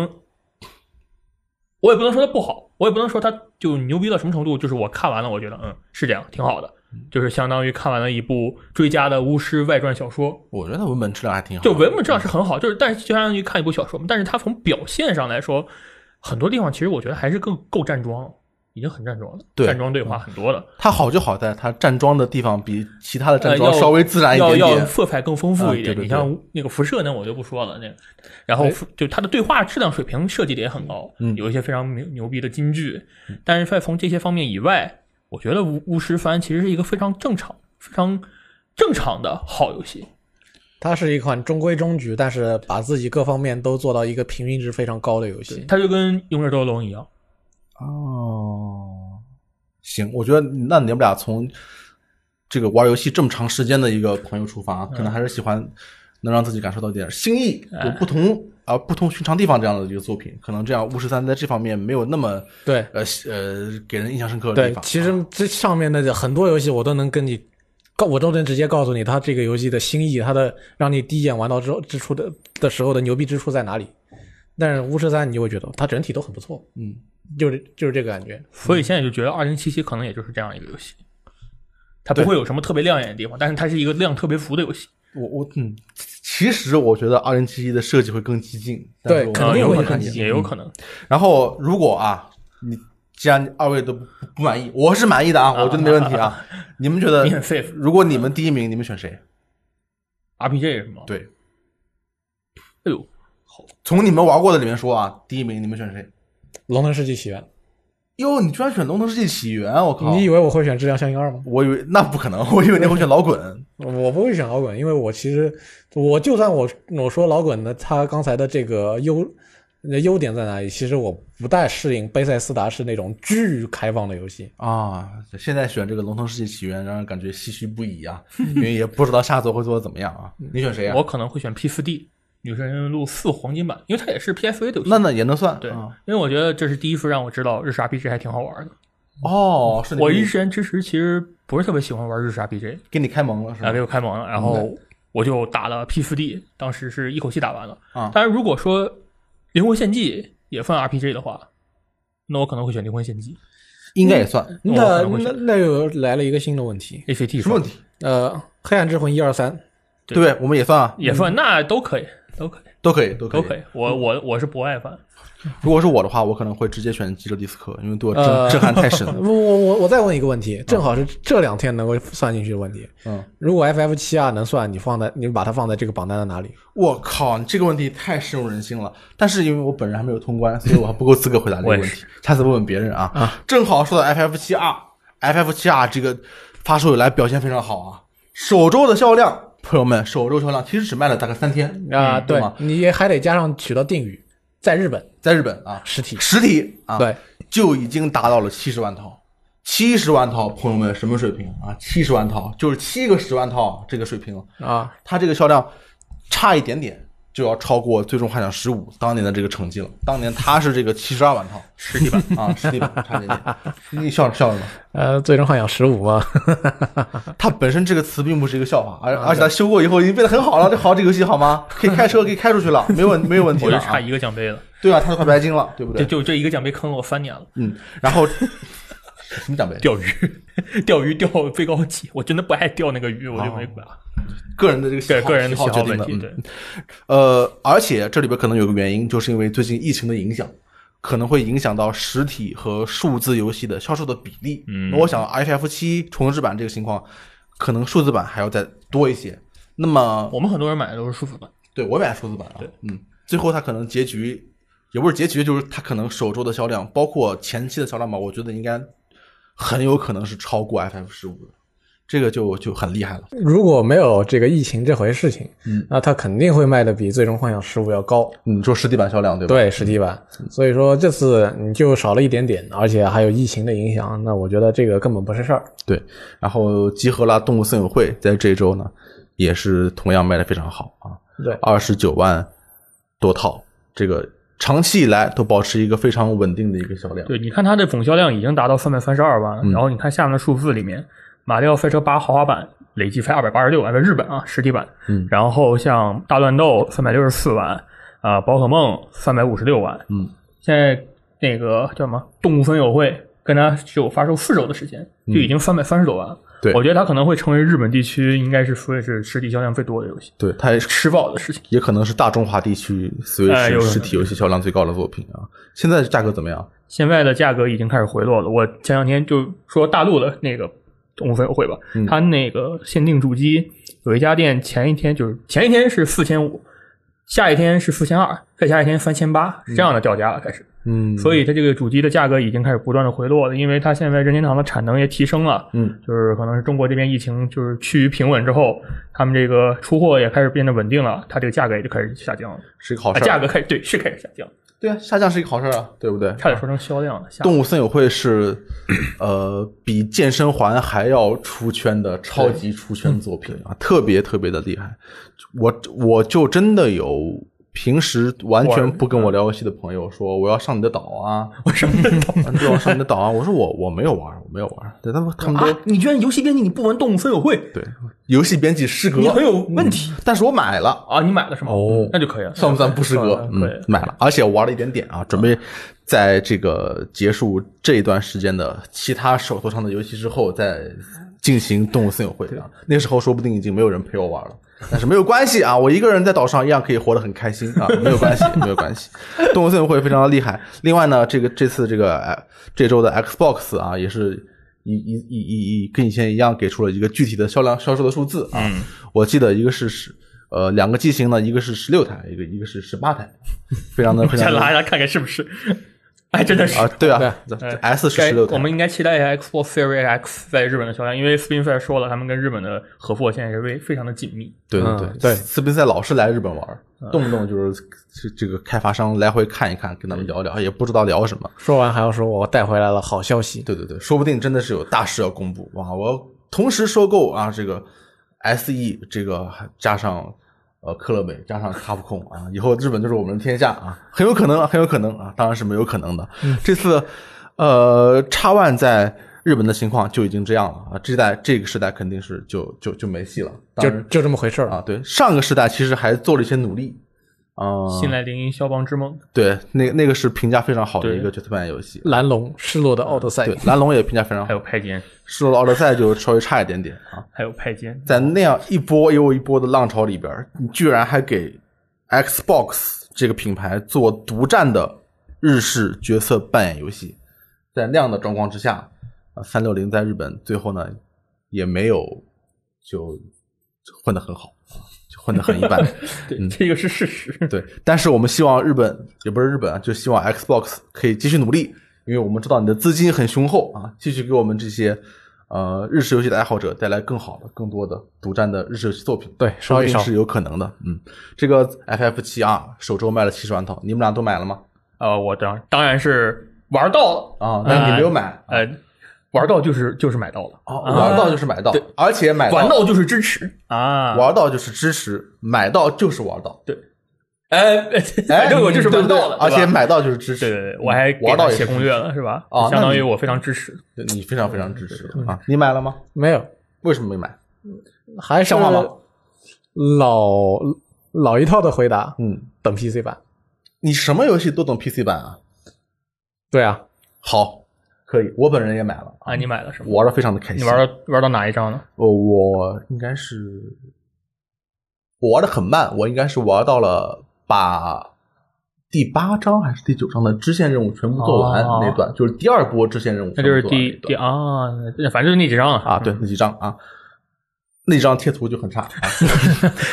C: 我也不能说它不好，我也不能说它就牛逼到什么程度，就是我看完了，我觉得嗯是这样，挺好的，
B: 嗯
C: 就是相当于看完了一部追加的巫师外传小说。
B: 我觉得文本质量还挺好的。
C: 就文本质量是很好，就是但是就相当于看一部小说嘛。但是它从表现上来说，很多地方其实我觉得还是更够站桩，已经很站桩了，
B: 对嗯
C: 站桩对话很多了，
B: 它好就好在它站桩的地方比其他的站桩
C: 呃要
B: 稍微自然一
C: 要
B: 点
C: 要
B: 点。
C: 色彩更丰富
B: 啊
C: 一
B: 对
C: 点。
B: 对对
C: 你像那个辐射呢，我就不说了，那个，然后
A: 哎
C: 辐就它的对话质量水平设计的也很高，
B: 嗯
C: 有一些非常牛牛逼的金句，但是在从这些方面以外，我觉得巫巫师番其实是一个非常正常、非常正常的好游戏。
A: 它是一款中规中矩，但是把自己各方面都做到一个平均值非常高的游戏。
C: 它就跟《勇者斗恶龙》一样，
B: 哦，行，我觉得那你们俩从这个玩游戏这么长时间的一个朋友出发，啊
C: 嗯
B: 可能还是喜欢能让自己感受到一点新意，
C: 哎
B: 有不同啊、不同寻常地方这样的一个作品，可能这样巫师三在这方面没有那么
A: 对
B: 呃呃给人印象深刻的地
A: 对
B: 方。，嗯
A: 其实这上面的很多游戏我都能跟你告，我都能直接告诉你它这个游戏的新意，它的让你第一眼玩到之后之处的的时候的牛逼之处在哪里。但是巫师三你就会觉得它整体都很不错，
B: 嗯，
A: 就是就是这个感觉。
C: 所以现在就觉得《二零七七》可能也就是这样一个游戏，它不
B: 对
C: 会有什么特别亮眼的地方，但是它是一个量特别足的游戏。
B: 我我嗯，其实我觉得二零七一的设计会更激进，但是
A: 对
B: 我
A: 肯
C: 啊
A: 定
C: 有
A: 会
C: 可
A: 很
C: 能，
A: 激进
B: 嗯
C: 也有可能。
B: 然后如果啊，你既然二位都不不满意，我是满意的啊，我觉得没问题啊。你们觉得
C: 你很 safe
B: 如果你们第一名，你们选谁？
C: RPG 是吗？，
B: 对，
C: 哎呦，
B: 从你们玩过的里面说啊，第一名你们选谁？
A: 龙腾世纪起源，
B: 哟，你居然选《龙腾世纪起源》，我靠！
A: 你以为我会选质量效应二吗？
B: 我以为那不可能，我以为你会选老滚。
A: 我不会选老滚，因为我其实我就算我我说老滚呢，他刚才的这个优优点在哪里？其实我不太适应贝塞斯达是那种居于开放的游戏。
B: 啊，现在选这个《龙腾世纪起源》，让人感觉唏嘘不已啊，因为也不知道下作会做的怎么样啊。你选谁啊
C: 我？可能会选 P 4 D 女神异闻录四黄金版，因为它也是 PSV 的游戏。
B: 那那也能算
C: 对，
B: 啊
C: 因为我觉得这是第一次让我知道日式 RPG 还挺好玩的。
B: 哦，是你
C: 我
B: 给你
C: 之前之时其实不是特别喜欢玩日式 RPG，
B: 给你开蒙了是吧
C: 然后啊给？我开蒙了，然后我就打了 P 4 D，当时是一口气打完了。
B: 啊
C: 当然如果说《灵魂献祭》也算 RPG 的话，那我可能会选《灵魂献祭
B: 应该也算。》
C: 嗯
A: 那
C: 我可能会
A: 那
C: 选
A: 那又来了一个新的问题，
C: ACT，
B: 什么问
C: 题
B: 题？
A: 呃，黑暗之魂一二三，
B: 对不对？我们也算啊，
C: 也算，那都可以，都可以，
B: 都可以，都可
C: 都
B: 以。
C: 可以。我我我是博爱番，
B: 如果是我的话，我可能会直接选基德迪斯科，因为对我震、
A: 呃
B: 震撼太深了。
A: 我我我我再问一个问题，正好是这两天能够算进去的问题。
B: 嗯，
A: 如果 FF 七啊能算，你放在你把它放在这个榜单的哪里？
B: 我靠，你这个问题太深入人心了。但是因为我本人还没有通关，所以我还不够资格回答这个问
C: 我也
B: 题。下次问问别人啊。正好说到 FF 七 R，FF 七 R 这个发售以来表现非常好啊，首周的销量，朋友们，首周销量其实只卖了大概三天
A: 啊，
B: 嗯对
A: 对
B: 吗，？
A: 你也还得加上取到定语，在日本
B: 在日本啊，
A: 实体。
B: 实体啊，
A: 对，
B: 就已经达到了七十万套。七十万套，朋友们，什么水平啊？七十万套就是七个十万套这个水平，
A: 啊，
B: 它这个销量差一点点，就要超过《最终幻想十五》当年的这个成绩了。当年它是这个七十二 万套
C: 实体版。
B: 啊，实体版差点点， 你笑笑什么？
A: 呃，最终幻想十五嘛，
B: 它本身这个词并不是一个笑话，
C: 啊
B: 而而且它修过以后已经变得很好了，这好这个游戏好吗？可以开车，可以开出去了，没有问没有问题
C: 我
B: 了、
C: 就
B: 啊
C: 差。一个奖杯了，
B: 对啊，它都快白金了，对不
C: 这
B: 对？
C: 就这一个奖杯坑了我三年了。
B: 嗯，然后 什么奖杯？
C: 钓鱼，钓鱼钓最高级，我真的不爱钓那个鱼，我就没管。
B: 个人的这个喜
C: 对
B: 好
C: 个人
B: 哦
C: 的
B: 喜好决定
C: 问
B: 的。
C: 题，
B: 嗯
C: 对，
B: 呃，而且这里边可能有个原因，就是因为最近疫情的影响，可能会影响到实体和数字游戏的销售的比例。
C: 嗯
B: 那我想 HF 七重置版这个情况，可能数字版还要再多一些。那么，
C: 我们很多人买的都是舒服版，
B: 对我买数字版啊
C: 对，
B: 嗯，最后它可能结局也不是结局，就是它可能首周的销量，包括前期的销量吧，我觉得应该很有可能是超过 FF 十五的，这个就就很厉害了。
A: 如果没有这个疫情这回事情，
B: 嗯
A: 那它肯定会卖的比最终幻想十五要高。
B: 你说实体版销量对吧？嗯
A: 对，实体版，所以说这次你就少了一点点，而且还有疫情的影响，那我觉得这个根本不是事儿。
B: 对，然后集合了动物森友会，在这一周呢，也是同样卖的非常好啊，
A: 对，
B: 二十九万多套，这个长期以来都保持一个非常稳定的一个销量。
C: 对，你看它的总销量已经达到三百三十二万，
B: 嗯
C: 然后你看下面的数字里面，马里奥赛车八豪华版累计才二百八十六万，在日本啊实体版，
B: 嗯
C: 然后像大乱斗三百六十四万，啊、宝可梦三百五十六万，
B: 嗯，
C: 现在那个叫什么动物森友会，跟它只有发售四周的时间，就已经三百三十多万了。
B: 嗯对
C: 我觉得它可能会成为日本地区应该是 Switch 实体销量最多的游戏，
B: 对，它也是
C: 吃饱的事情。
B: 也可能是大中华地区 Switch
C: 哎有可能
B: 实体游戏销量最高的作品啊。现在价格怎么样？
C: 现在的价格已经开始回落了。我前两天就说大陆的那个动物森友会吧，它那个限定主机有一家店前一天就是前一天是四千五，下一天是四千二，再下一天三千八，是这样的掉价了开始。
B: 嗯
C: 所以它这个主机的价格已经开始不断的回落了，因为它现在任天堂的产能也提升了。
B: 嗯，
C: 就是可能是中国这边疫情就是趋于平稳之后，他们这个出货也开始变得稳定了，它这个价格也就开始下降了，
B: 是一个好
C: 啊，
B: 事儿。
C: 价格开始对是开始下降，
B: 对啊，下降是一个好事儿啊，对不对？
C: 差点说成销量了，下
B: 动物森友会是， 呃，比健身环还要出圈的超级出圈作品啊，特别特别的厉害。我我就真的有平时完全不跟我聊游戏的朋友说，我要上你的岛啊，我上你的岛，对，我上你的岛啊。我说我我没有玩，我没有玩。对，他们他们都、
C: 啊！你居然游戏编辑你不玩动物森友会，
B: 对游戏编辑失格，
C: 你很有问题
B: 嗯但是我买了，
C: 啊！你买了是吗？
A: 哦
C: 那就可以了。
B: 算不算不失格？
C: 算了可以
B: 嗯，买了，而且我玩了一点点啊，准备在这个结束这一段时间的其他手头上的游戏之后，再进行动物森友会啊。那时候说不定已经没有人陪我玩了。但是没有关系啊，我一个人在岛上一样可以活得很开心啊，没有关系，没有关系。动物森友会非常的厉害。另外呢，这个这次这个呃这周的 Xbox 啊，也是一一一一一跟以前一样给出了一个具体的销量销售的数字啊。我记得一个是十呃两个机型呢，一个是十六台，一个一个是十八台，非常的非常
C: 先
B: 的
C: 拉一拉看看是不是？哎，真的是
B: 啊，对啊
A: 对
B: 这，S 是十六
C: 哎该我
B: 台，
C: 们应该期待一下 Xbox Series X 在日本的销量，因为 Spinfair 说了，他们跟日本的合作现在是非非常的紧密。
B: 对对
A: 嗯
B: 对
A: 对
B: 斯宾塞老是来日本玩，
C: 嗯
B: 动不动就是这这个开发商来回看一看，跟他们聊聊，也不知道聊什么。
A: 说完还要说我带回来了好消息，
B: 对对对，说不定真的是有大事要公布哇！我要同时收购啊，这个 S E 这个加上呃克乐美加上卡普空啊，以后日本就是我们的天下啊，很有可能，很有可能啊，当然是没有可能的。
C: 嗯
B: 这次呃叉 One 在日本的情况就已经这样了啊，这代这个时代肯定是就就就没戏了。当
A: 就
B: 然
A: 就这么回事儿。
B: 啊，对，上个时代其实还做了一些努力。啊、
C: 新来临消亡之梦，
B: 对，那那个是评价非常好的一个
C: 对
B: 角色扮演游戏。
A: 蓝龙失落的奥德赛
B: 对，，蓝龙也评价非常好
C: 还。有派间，
B: 失落的奥德赛就稍微差一点点啊，
C: 还有派间，
B: 在那样一波又一波的浪潮里边儿，你居然还给 Xbox 这个品牌做独占的日式角色扮演游戏，在那样的状况之下，呃三六零在日本最后呢也没有就混得很好，就混得很一般。
C: 对，这个是事实。
B: 对，但是我们希望日本也不是日本啊，就希望 Xbox 可以继续努力，因为我们知道你的资金很雄厚啊，继续给我们这些呃日式游戏的爱好者带来更好的、更多的独占的日式游戏作品。
A: 对烧
B: 说不
A: 一
B: 定
A: 烧
B: 是有可能的。嗯，这个 FF 七啊，首周卖了七十万套，你们俩都买了吗？
C: 呃，我当当然是玩到了
B: 啊，那你没有买。
C: 呃，玩到就是就是买到了，
B: 哦，玩到就是买到，而且买
C: 玩到就是支持啊，
B: 玩到就是支持，买到就是玩到。
C: 对，哎，
B: 哎
C: 反，正我就是
B: 对
C: 玩
B: 不对
C: 到了，
B: 而且
C: 对吧
B: 买到就是支持，嗯
C: 对对对，我还给
B: 玩
C: 他
B: 到也
C: 写
B: 是
C: 攻略了，是吧？
B: 哦那
C: 相当于
B: 你
C: 我非常支持。
B: 你非常非常支持的啊！你买了吗？
A: 没有，
B: 为什么没买？
A: 还是
B: 像话吗
A: 老老一套的回答，
B: 嗯，
A: 等 PC 版。
B: 你什么游戏都等 PC 版啊？
A: 对啊，
B: 好，可以，我本人也买了，
C: 啊，你买了是吗？
B: 玩的非常的开心。
C: 你玩到玩到哪一章呢？
B: 我我应该是我玩的很慢，我应该是玩到了把第八章还是第九章的支线任务全部做完
C: 哦
B: 那段，就是第二波支线任务
C: 那
B: 全部
C: 就是
B: 做完那
C: 第
B: 一段，
C: 第啊，那反正就是那几章了嗯
B: 啊，对。那几章啊，那几张贴图就很差啊。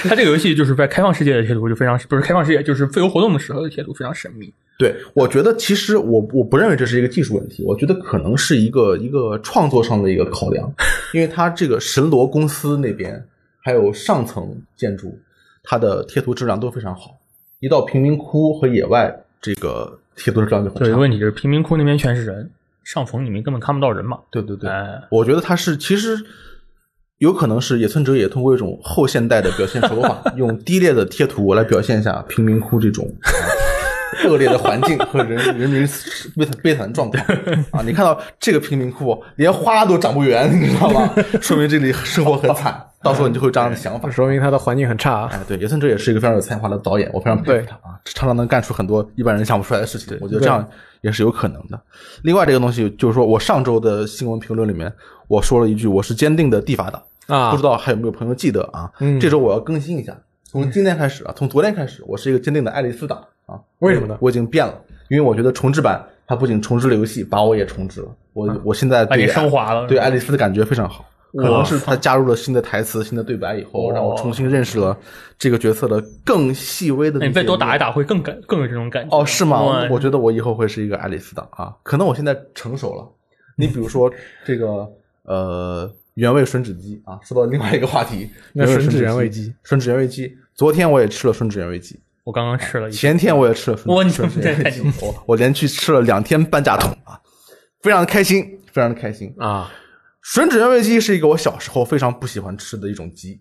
C: 它这个游戏就是在开放世界的贴图就非常不是开放世界，就是自由活动的时候的贴图非常神秘。
B: 对，我觉得其实我我不认为这是一个技术问题，我觉得可能是一个一个创作上的一个考量，因为它这个神罗公司那边还有上层建筑，它的贴图质量都非常好，一到贫民窟和野外，这个贴图质量就
C: 有
B: 很
C: 一个
B: 差。
C: 问题就是贫民窟那边全是人，上层里面根本看不到人嘛。
B: 对对对，
C: 哎，
B: 我觉得它是其实有可能是野村哲也通过一种后现代的表现手法，用低劣的贴图来表现一下贫民窟这种。恶劣的环境和人人民悲惨悲惨的状况啊！你看到这个贫民窟，连花都长不圆，你知道吗？说明这里生活很惨。到时候你就会有这样的想法。
A: 说明它的环境很差啊。
B: 哎，对，野村哲也是一个非常有才华的导演，我非常佩服他啊，常常能干出很多一般人想不出来的事情。我觉得这样也是有可能的。另外，这个东西就是说我上周的新闻评论里面，我说了一句我是坚定的地法党，
A: 啊
B: 不知道还有没有朋友记得啊？
A: 嗯
B: 这周我要更新一下，从今天开始啊，从昨天开始，我是一个坚定的爱丽丝党啊。
A: 为什么呢
B: 我已经变了，因为我觉得重置版它不仅重置了游戏，把我也重置了。
A: 啊
B: 我我现在
C: 把
B: 对
C: 你升华了。
B: 对，爱丽丝的感觉非常好。可能
C: 哇
B: 是他加入了新的台词、新的对白以后，让我重新认识了这个角色的更细微的。
C: 那你再多打一。打会更感更有这种感觉。
B: 哦，是吗？
C: 哇
B: 我觉得我以后会是一个爱丽丝党啊，可能我现在成熟了。你比如说这个呃原味吮指鸡啊，说到另外一个话题，
A: 那吮指原味
B: 鸡
A: 鸡，
B: 吮指原味鸡。昨天我也吃了吮指原味鸡，
C: 我刚刚吃了一
B: 前天我也吃了吮指
C: 哇你
B: 吮指
C: 这
B: 原味
C: 太
B: 鸡
C: 牛，
B: 我我连续吃了两天半价桶啊，非常的开心，非常的开心。
A: 啊？
B: 吮指原味鸡是一个我小时候非常不喜欢吃的一种鸡，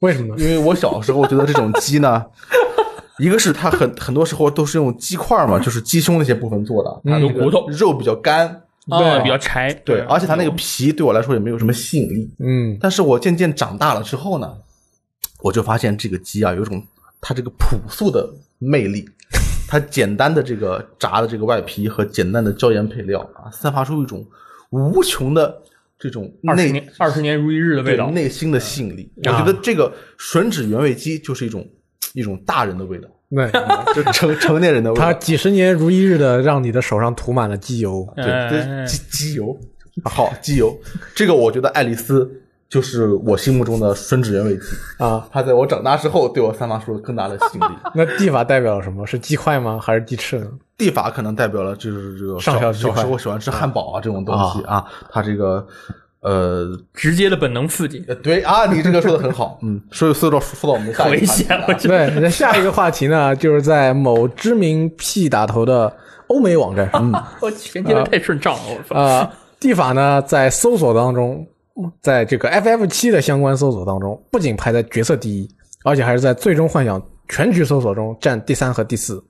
A: 为什么呢？
B: 因为我小时候觉得这种鸡 呢，一个是它很很多时候都是用鸡块嘛，就是鸡胸那些部分做的，它
C: 嗯有
B: 那
C: 骨
B: 个
C: 头
B: 肉比较干，
C: 啊比较柴，
B: 对，而且它那个皮对我来说也没有什么吸引力。
A: 嗯，
B: 但是我渐渐长大了之后呢，我就发现这个鸡啊，有一种它这个朴素的魅力，它简单的这个炸的这个外皮和简单的椒盐配料啊，散发出一种无穷的这种
C: 二十
B: 内
C: 年二十年如一日的味
B: 对
C: 道。
B: 内心的吸引力。我
A: 啊
B: 觉得这个吮指原味鸡就是一种一种大人的味道，
A: 对，
B: 就成成年人的味
A: 它
B: 道。
A: 几十年如一日的让你的手上涂满了机 油。
B: 对，
C: 哎
B: 这鸡鸡油， 好鸡油，这个我觉得爱丽丝就是我心目中的吮指原味鸡
A: 啊。
B: 它在我长大之后对我散发出了更大的吸引力。
A: 那地法代表了什么？是鸡块吗？还是鸡翅呢？
B: 地法可能代表了就是这个
A: 上校
B: 小
A: 鸡
B: 小
A: 块
B: 时候喜欢吃汉堡啊这种东西啊，它这个呃
C: 直接的本能刺激，
B: 呃对啊，你这个说的很好，嗯，所以说到说到我们的下一个
C: 危
B: 话题
C: 险
B: 啊，
C: 我觉得。
A: 对，那下一个话题呢，就是在某知名 P 打头的欧美网站上，
C: 我去，你
B: 啊
C: 的太顺畅了，我操！
A: 呃，地法呢在搜索当中，在这个 FF 七的相关搜索当中，不仅排在角色第一，而且还是在最终幻想全局搜索中占第三和第四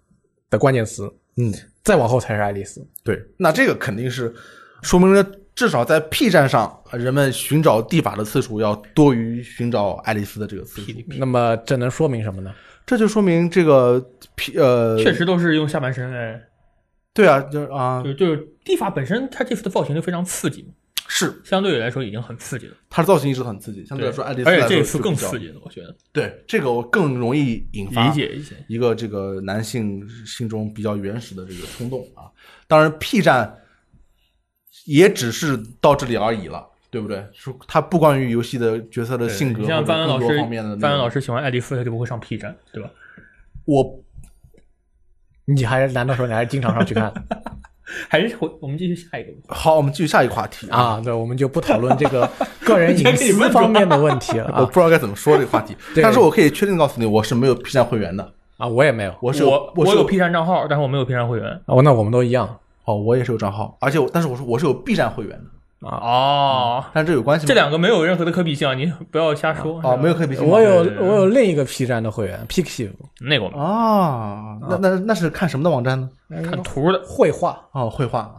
A: 的关键词。
B: 嗯，
A: 再往后才是爱丽丝。
B: 对，那这个肯定是说明了，至少在 P 站上，呃人们寻找地法的次数要多于寻找爱丽丝的这个次数。
A: 那么这能说明什么呢？
B: 这就说明这个 P 呃，
C: 确实都嗯是用下半身来，
B: 对啊，就是啊
C: 就，是就是地法本身，它这次的造型就非常刺激嘛，
B: 是
C: 相对来说已经很刺激了。
B: 它的造型一直都很刺激，相对来说爱丽丝
C: 而且
B: 来
C: 这
B: 说
C: 次
B: 就
C: 更
B: 比较
C: 刺。激了，我觉得
B: 对，这个我更容易引发
C: 理解一些。
B: 一个这个男性心中比较原始的这个冲动啊。当然，P 站也只是到这里而已了，对不对？说它不关于游戏的角色的性格
C: 你像
B: 或者
C: 范文老
B: 更多
C: 师，
B: 方面的内容
C: 范文老师喜欢爱丽丝，他就不会上 P 站，对吧？
B: 我
A: 你还难道说你还是经常上去看
C: 还是回我们继续下一个问题。
B: 好，我们继续下一个话题。
A: 啊？对，我们就不讨论这个个人隐私方面的问题了
B: 我
A: 啊
B: 不知道该怎么说这个话题，
A: 对
B: 但是我可以确定告诉你，我是没有 P 站会员的，
A: 啊！我也没有
B: 我是
C: 我
B: 我是
C: 有 P 站账号，但是我没有 P 站会员。
A: 哦，那我们都一样
B: 哦，我也是有账号，而且我但是我说我是有 B 站会员的，啊。
C: 哦，
B: 但这有关系吗？
C: 这两个没有任何的可比性，啊，你不要瞎说。
B: 哦，没有可比性吗
A: 我有
C: 对对对
A: 我有另一个 P 站的会员 Pixiv，
C: 那个我们
B: 啊，那那那是看什么的网站呢？
C: 看图的，
A: 绘画，
B: 哦，绘画啊。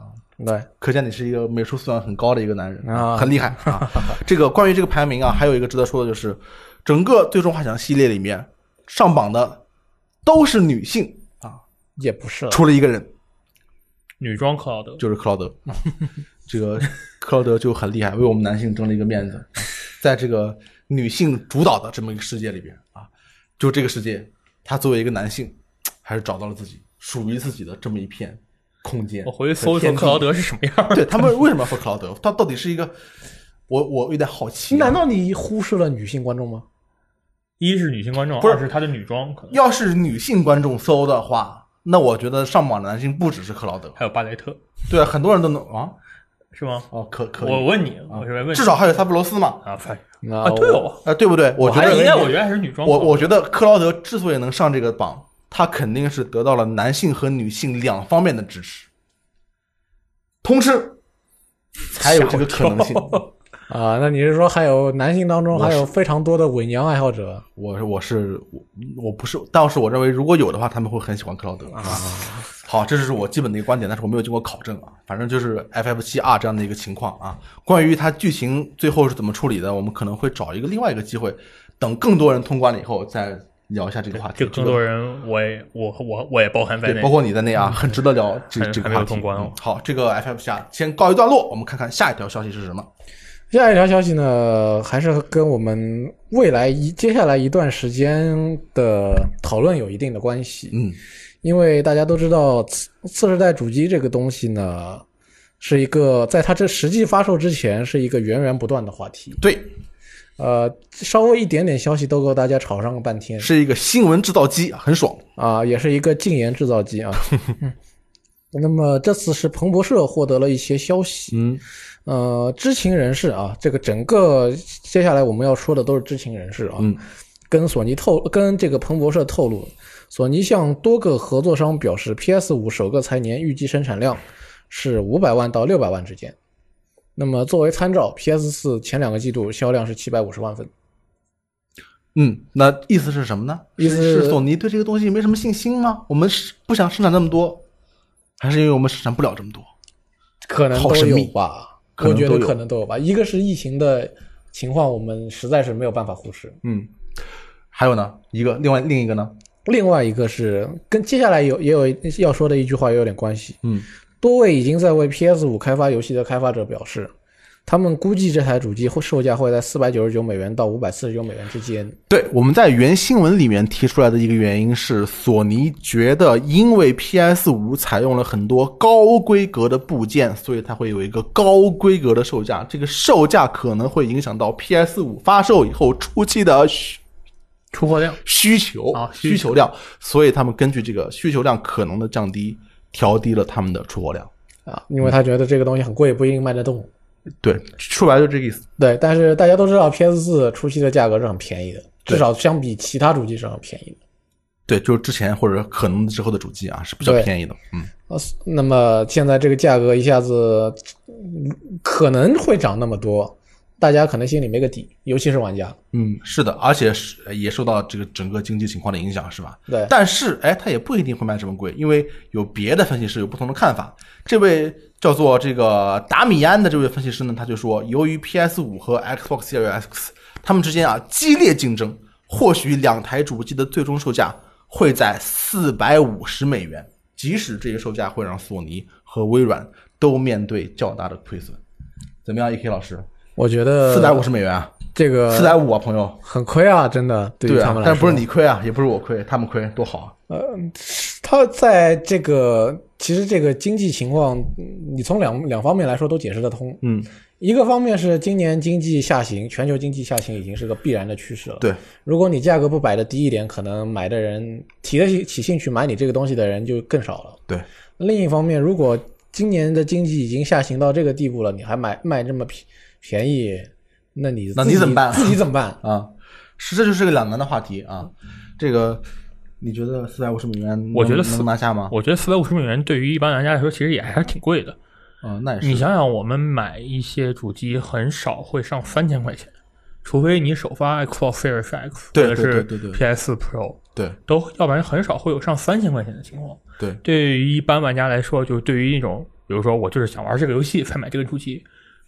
A: 对，
B: 可见你是一个美术素养很高的一个男人
A: 啊
B: 很厉害啊。这个关于这个排名啊，还有一个值得说的就是，整个《最终幻想》系列里面上榜的都是女性啊，
A: 也不是了
B: 除了一个人，
C: 女装克劳德，
B: 就是克劳德。啊这个克劳德就很厉害，为我们男性争了一个面子，在这个女性主导的这么一个世界里边啊，就这个世界，他作为一个男性，还是找到了自己属于自己的这么一片空间。
C: 我回去搜一搜
B: 天地
C: 克劳德是什么样的。
B: 对他们为什么要说克劳德？他到底是一个，我我有点好奇、啊
A: 难道你忽视了女性观众吗？
C: 一是女性观众，
B: 不是
C: 二是她的女装，可能
B: 要是女性观众搜的话，那我觉得上榜的男性不只是克劳德，
C: 还有巴雷特，
B: 对，很多人都能啊，
C: 是吗？
B: 哦，可可以，
C: 我问你，
B: 啊
C: 我是问你
B: 至少还有萨布罗斯嘛，
C: 啊，反
A: 啊
C: 啊，对哦，
B: 呃，对不对？我觉
C: 还
B: 得
C: 应该，我觉得还是女装克
B: 我
C: 劳德。
B: 我觉得克劳德之所以能上这个榜，他肯定是得到了男性和女性两方面的支持，通 吃，才有这个可能性。
A: 啊，那你是说还有男性当中
B: 我是
A: 还有非常多的伪娘爱好者？
B: 我是我是我我不是，但是我认为如果有的话，他们会很喜欢克劳德啊。好，这就是我基本的一个观点，但是我没有经过考证啊。反正就是 FF 七 R 这样的一个情况啊。关于它剧情最后是怎么处理的，我们可能会找一个另外一个机会，等更多人通关了以后再聊一下这个话题。
C: 这个更多人，我也我我我也包含在
B: 对，
C: 内
B: 包。括你在内啊，很值得聊这
C: 还
B: 这个
C: 还没有
B: 话题。
C: 通关哦
B: 嗯好，这个 FF 七 R 先告一段落，我们看看下一条消息是什么。
A: 下一条消息呢，还是跟我们未来一接下来一段时间的讨论有一定的关系。
B: 嗯，
A: 因为大家都知道次次世代主机这个东西呢，是一个在它这实际发售之前是一个源源不断的话题。
B: 对，
A: 呃，稍微一点点消息都够大家吵上个半天
B: 是一个新闻制造机，很爽。
A: 啊、也是一个禁言制造机 啊。那么这次是彭博社获得了一些消息，
B: 嗯，
A: 呃，知情人士啊，这个整个接下来我们要说的都是知情人士啊，
B: 嗯
A: 跟索尼透跟这个彭博社透露，索尼向多个合作商表示，PS 五首个财年预计生产量是五百万到六百万之间。那么作为参照，PS 四前两个季度销量是七百五十万份，
B: 嗯，那意思是什么呢？
A: 意思
B: 是
A: 是
B: 索尼对这个东西没什么信心吗？我们是不想生产那么多，还是因为我们生产不了这么多？
A: 可能
B: 好
A: 都
B: 神
A: 有
B: 秘
A: 吧。
B: 可
A: 我
B: 能
A: 觉
B: 都
A: 得
B: 有
A: 可能都有吧。一个是疫情的情况，我们实在是没有办法忽视。
B: 嗯，还有呢，一个另外另一个呢？
A: 另外一个是跟接下来有也有要说的一句话也有点关系。
B: 嗯，
A: 多位已经在为 PS 五开发游戏的开发者表示，他们估计这台主机会售价会在四百九十九美元到五百四十九美元之间。
B: 对，我们在原新闻里面提出来的一个原因是，索尼觉得因为 PS 五采用了很多高规格的部件，所以它会有一个高规格的售价，这个售价可能会影响到 PS 五发售以后初期的需
C: 出货量
B: 需求
C: 啊需
B: 需求量，所以他们根据这个需求量可能的降低，调低了他们的出货量。
A: 啊，因为他觉得这个东西很贵，不一定卖得动。
B: 对，说白了就这个意思。
A: 对，但是大家都知道，PS 四初期的价格是很便宜的，
B: 对
A: 至少相比其他主机是很便宜的。
B: 对，就是之前或者可能之后的主机啊，是比较
A: 对
B: 便宜的。嗯，
A: 啊，那么现在这个价格一下子嗯可能会涨那么多，大家可能心里没个底，尤其是玩家。
B: 嗯，是的，而且是呃也受到这个整个经济情况的影响，是吧？
A: 对
B: 但是，哎，它也不一定会卖这么贵，因为有别的分析师有不同的看法。这位叫做这个达米安的这位分析师呢，他就说，由于 PS 五和 Xbox Series X 他们之间啊激烈竞争，或许两台主机的最终售价会在四百五十美元，即使这个售价会让索尼和微软都面对较大的亏损。怎么样，E.K 老师？
A: 我觉得
B: 四百五十美元啊，
A: 这个
B: 四百五啊，朋友。
A: 很亏啊，真的对于
B: 对
A: 他
B: 啊
A: 们，来说。
B: 但是不是你亏啊，也不是我亏，他们亏多好啊！
A: 嗯他在这个其实这个经济情况，嗯你从两两方面来说都解释得通。
B: 嗯，
A: 一个方面是今年经济下行，全球经济下行已经是个必然的趋势了。
B: 对，
A: 如果你价格不摆的低一点，可能买的人提得起起兴趣买你这个东西的人就更少了。
B: 对，
A: 另一方面，如果今年的经济已经下行到这个地步了，你还买卖这么便便宜，那你
B: 那
A: 自己
B: 你怎么办
A: 自己怎么 办？
B: 啊，是这就是个两难的话题啊。这个你觉得四百五十美元能，
C: 我觉得四
B: 能拿下吗？
C: 我觉得四百五十美元对于一般玩家来说，其实也还是挺贵的。
B: 嗯，那也是。
C: 你想想，我们买一些主机很少会上三千块钱，除非你首发 Xbox Series X
B: 对
C: 或者是
B: 对对对对
C: PS 4 Pro，
B: 对
C: 都要不然很少会有上三千块钱的情况。
B: 对
C: 对于一般玩家来说，就对于一种，比如说我就是想玩这个游戏 才买这个主机，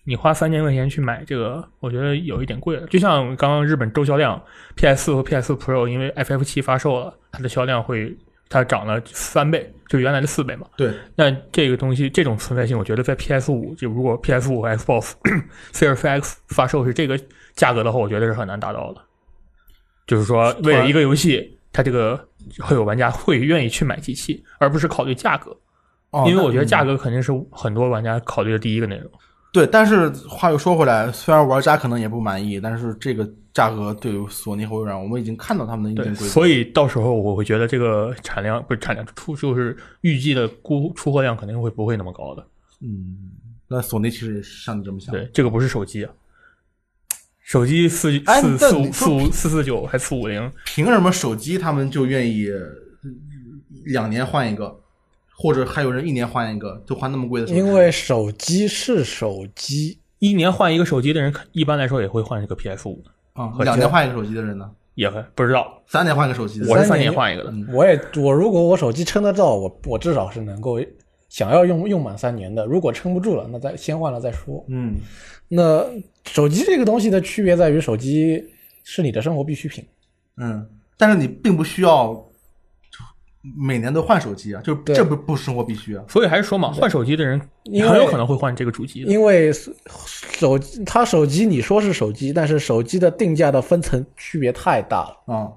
C: 你花三千块钱去买这个，我觉得有一点贵了。就像刚刚日本周销量，PS 4和 PS 4 Pro 因为 FF 7发售了，它的销量会它涨了三倍，就原来的四倍嘛。
B: 对，
C: 那这个东西，这种存在性，我觉得在 PS 5就如果 PS 5和 Xbox Series X 发售是这个价格的话，我觉得是很难达到的。就是说，为了一个游戏，它这个会有玩家会愿意去买机器，而不是考虑价格，
B: 哦
C: 因为我觉得
B: 那
C: 价格肯定是很多玩家考虑的第一个内容。
B: 对，但是话又说回来，虽然玩家可能也不满意，但是这个价格对于索尼和微软，我们已经看到他们的硬
C: 对，
B: 件规则。
C: 所以到时候我会觉得这个产量不是产量出就是预计的估出货量肯定会不会那么高的。
B: 嗯，那索尼其实也是像你这么想。
C: 对，这个不是手机啊，手机四
B: 哎
C: 四
B: 但
C: 四
B: 你
C: 五四
B: 说
C: 五四四九还四五零，
B: 凭什么手机他们就愿意嗯两年换一个，或者还有人一年换一个，就换那么贵的手机？
A: 因为手机是手机，
C: 一年换一个手机的人，一般来说也会换这个 PS 五，
B: 啊、两年换一个手机的人呢，
C: 也会不知道，
B: 三年换一个手机的人，
C: 我是
A: 三
C: 三
A: 年嗯
C: 年换一个的。
A: 我也我如果我手机撑得到，我我至少是能够想要用用满三年的。如果撑不住了，那再先换了再说。
B: 嗯，
A: 那手机这个东西的区别在于，手机是你的生活必需品。
B: 嗯，但是你并不需要每年都换手机啊，就
A: 对
B: 这不不是生活必须啊。
C: 所以还是说嘛，换手机的人
A: 因为
C: 很有可能会换这个主机的。
A: 因为手它手机你说是手机，但是手机的定价的分层区别太大了，
B: 啊、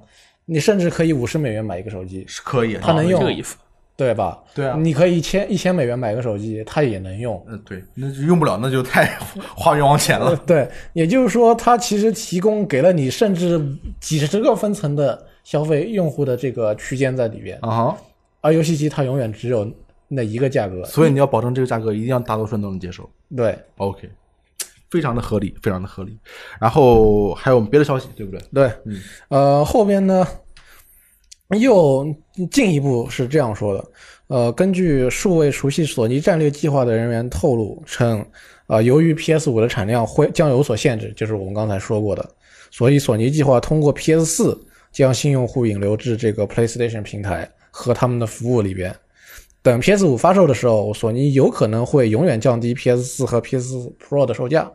A: 你甚至可以五十美元买一个手机，
B: 是可以啊，
A: 它能
C: 啊
A: 用
C: 这个意思，
A: 对吧？
B: 对啊
A: 你可以一千一千美元买个手机，它也能用。
B: 嗯，对，那就用不了，那就太花冤枉钱 了。
A: 对，也就是说，它其实提供给了你甚至几十个分层的消费用户的这个区间在里边，
B: 啊哈，
A: 而游戏机它永远只有那一个价格。
B: 所以你要保证这个价格一定要大多数人都能接受。
A: 对，
B: OK，非常的合理，非常的合理。然后还有我们别的消息，对不对？
A: 对，呃，后边呢又进一步是这样说的，呃，根据数位熟悉索尼战略计划的人员透露称，呃，由于 PS 五的产量会将有所限制，就是我们刚才说过的，所以索尼计划通过 PS 四将新用户引流至这个 PlayStation 平台和他们的服务里边。等 PS 五发售的时候，索尼有可能会永远降低 PS 四和 PS Pro 的售价，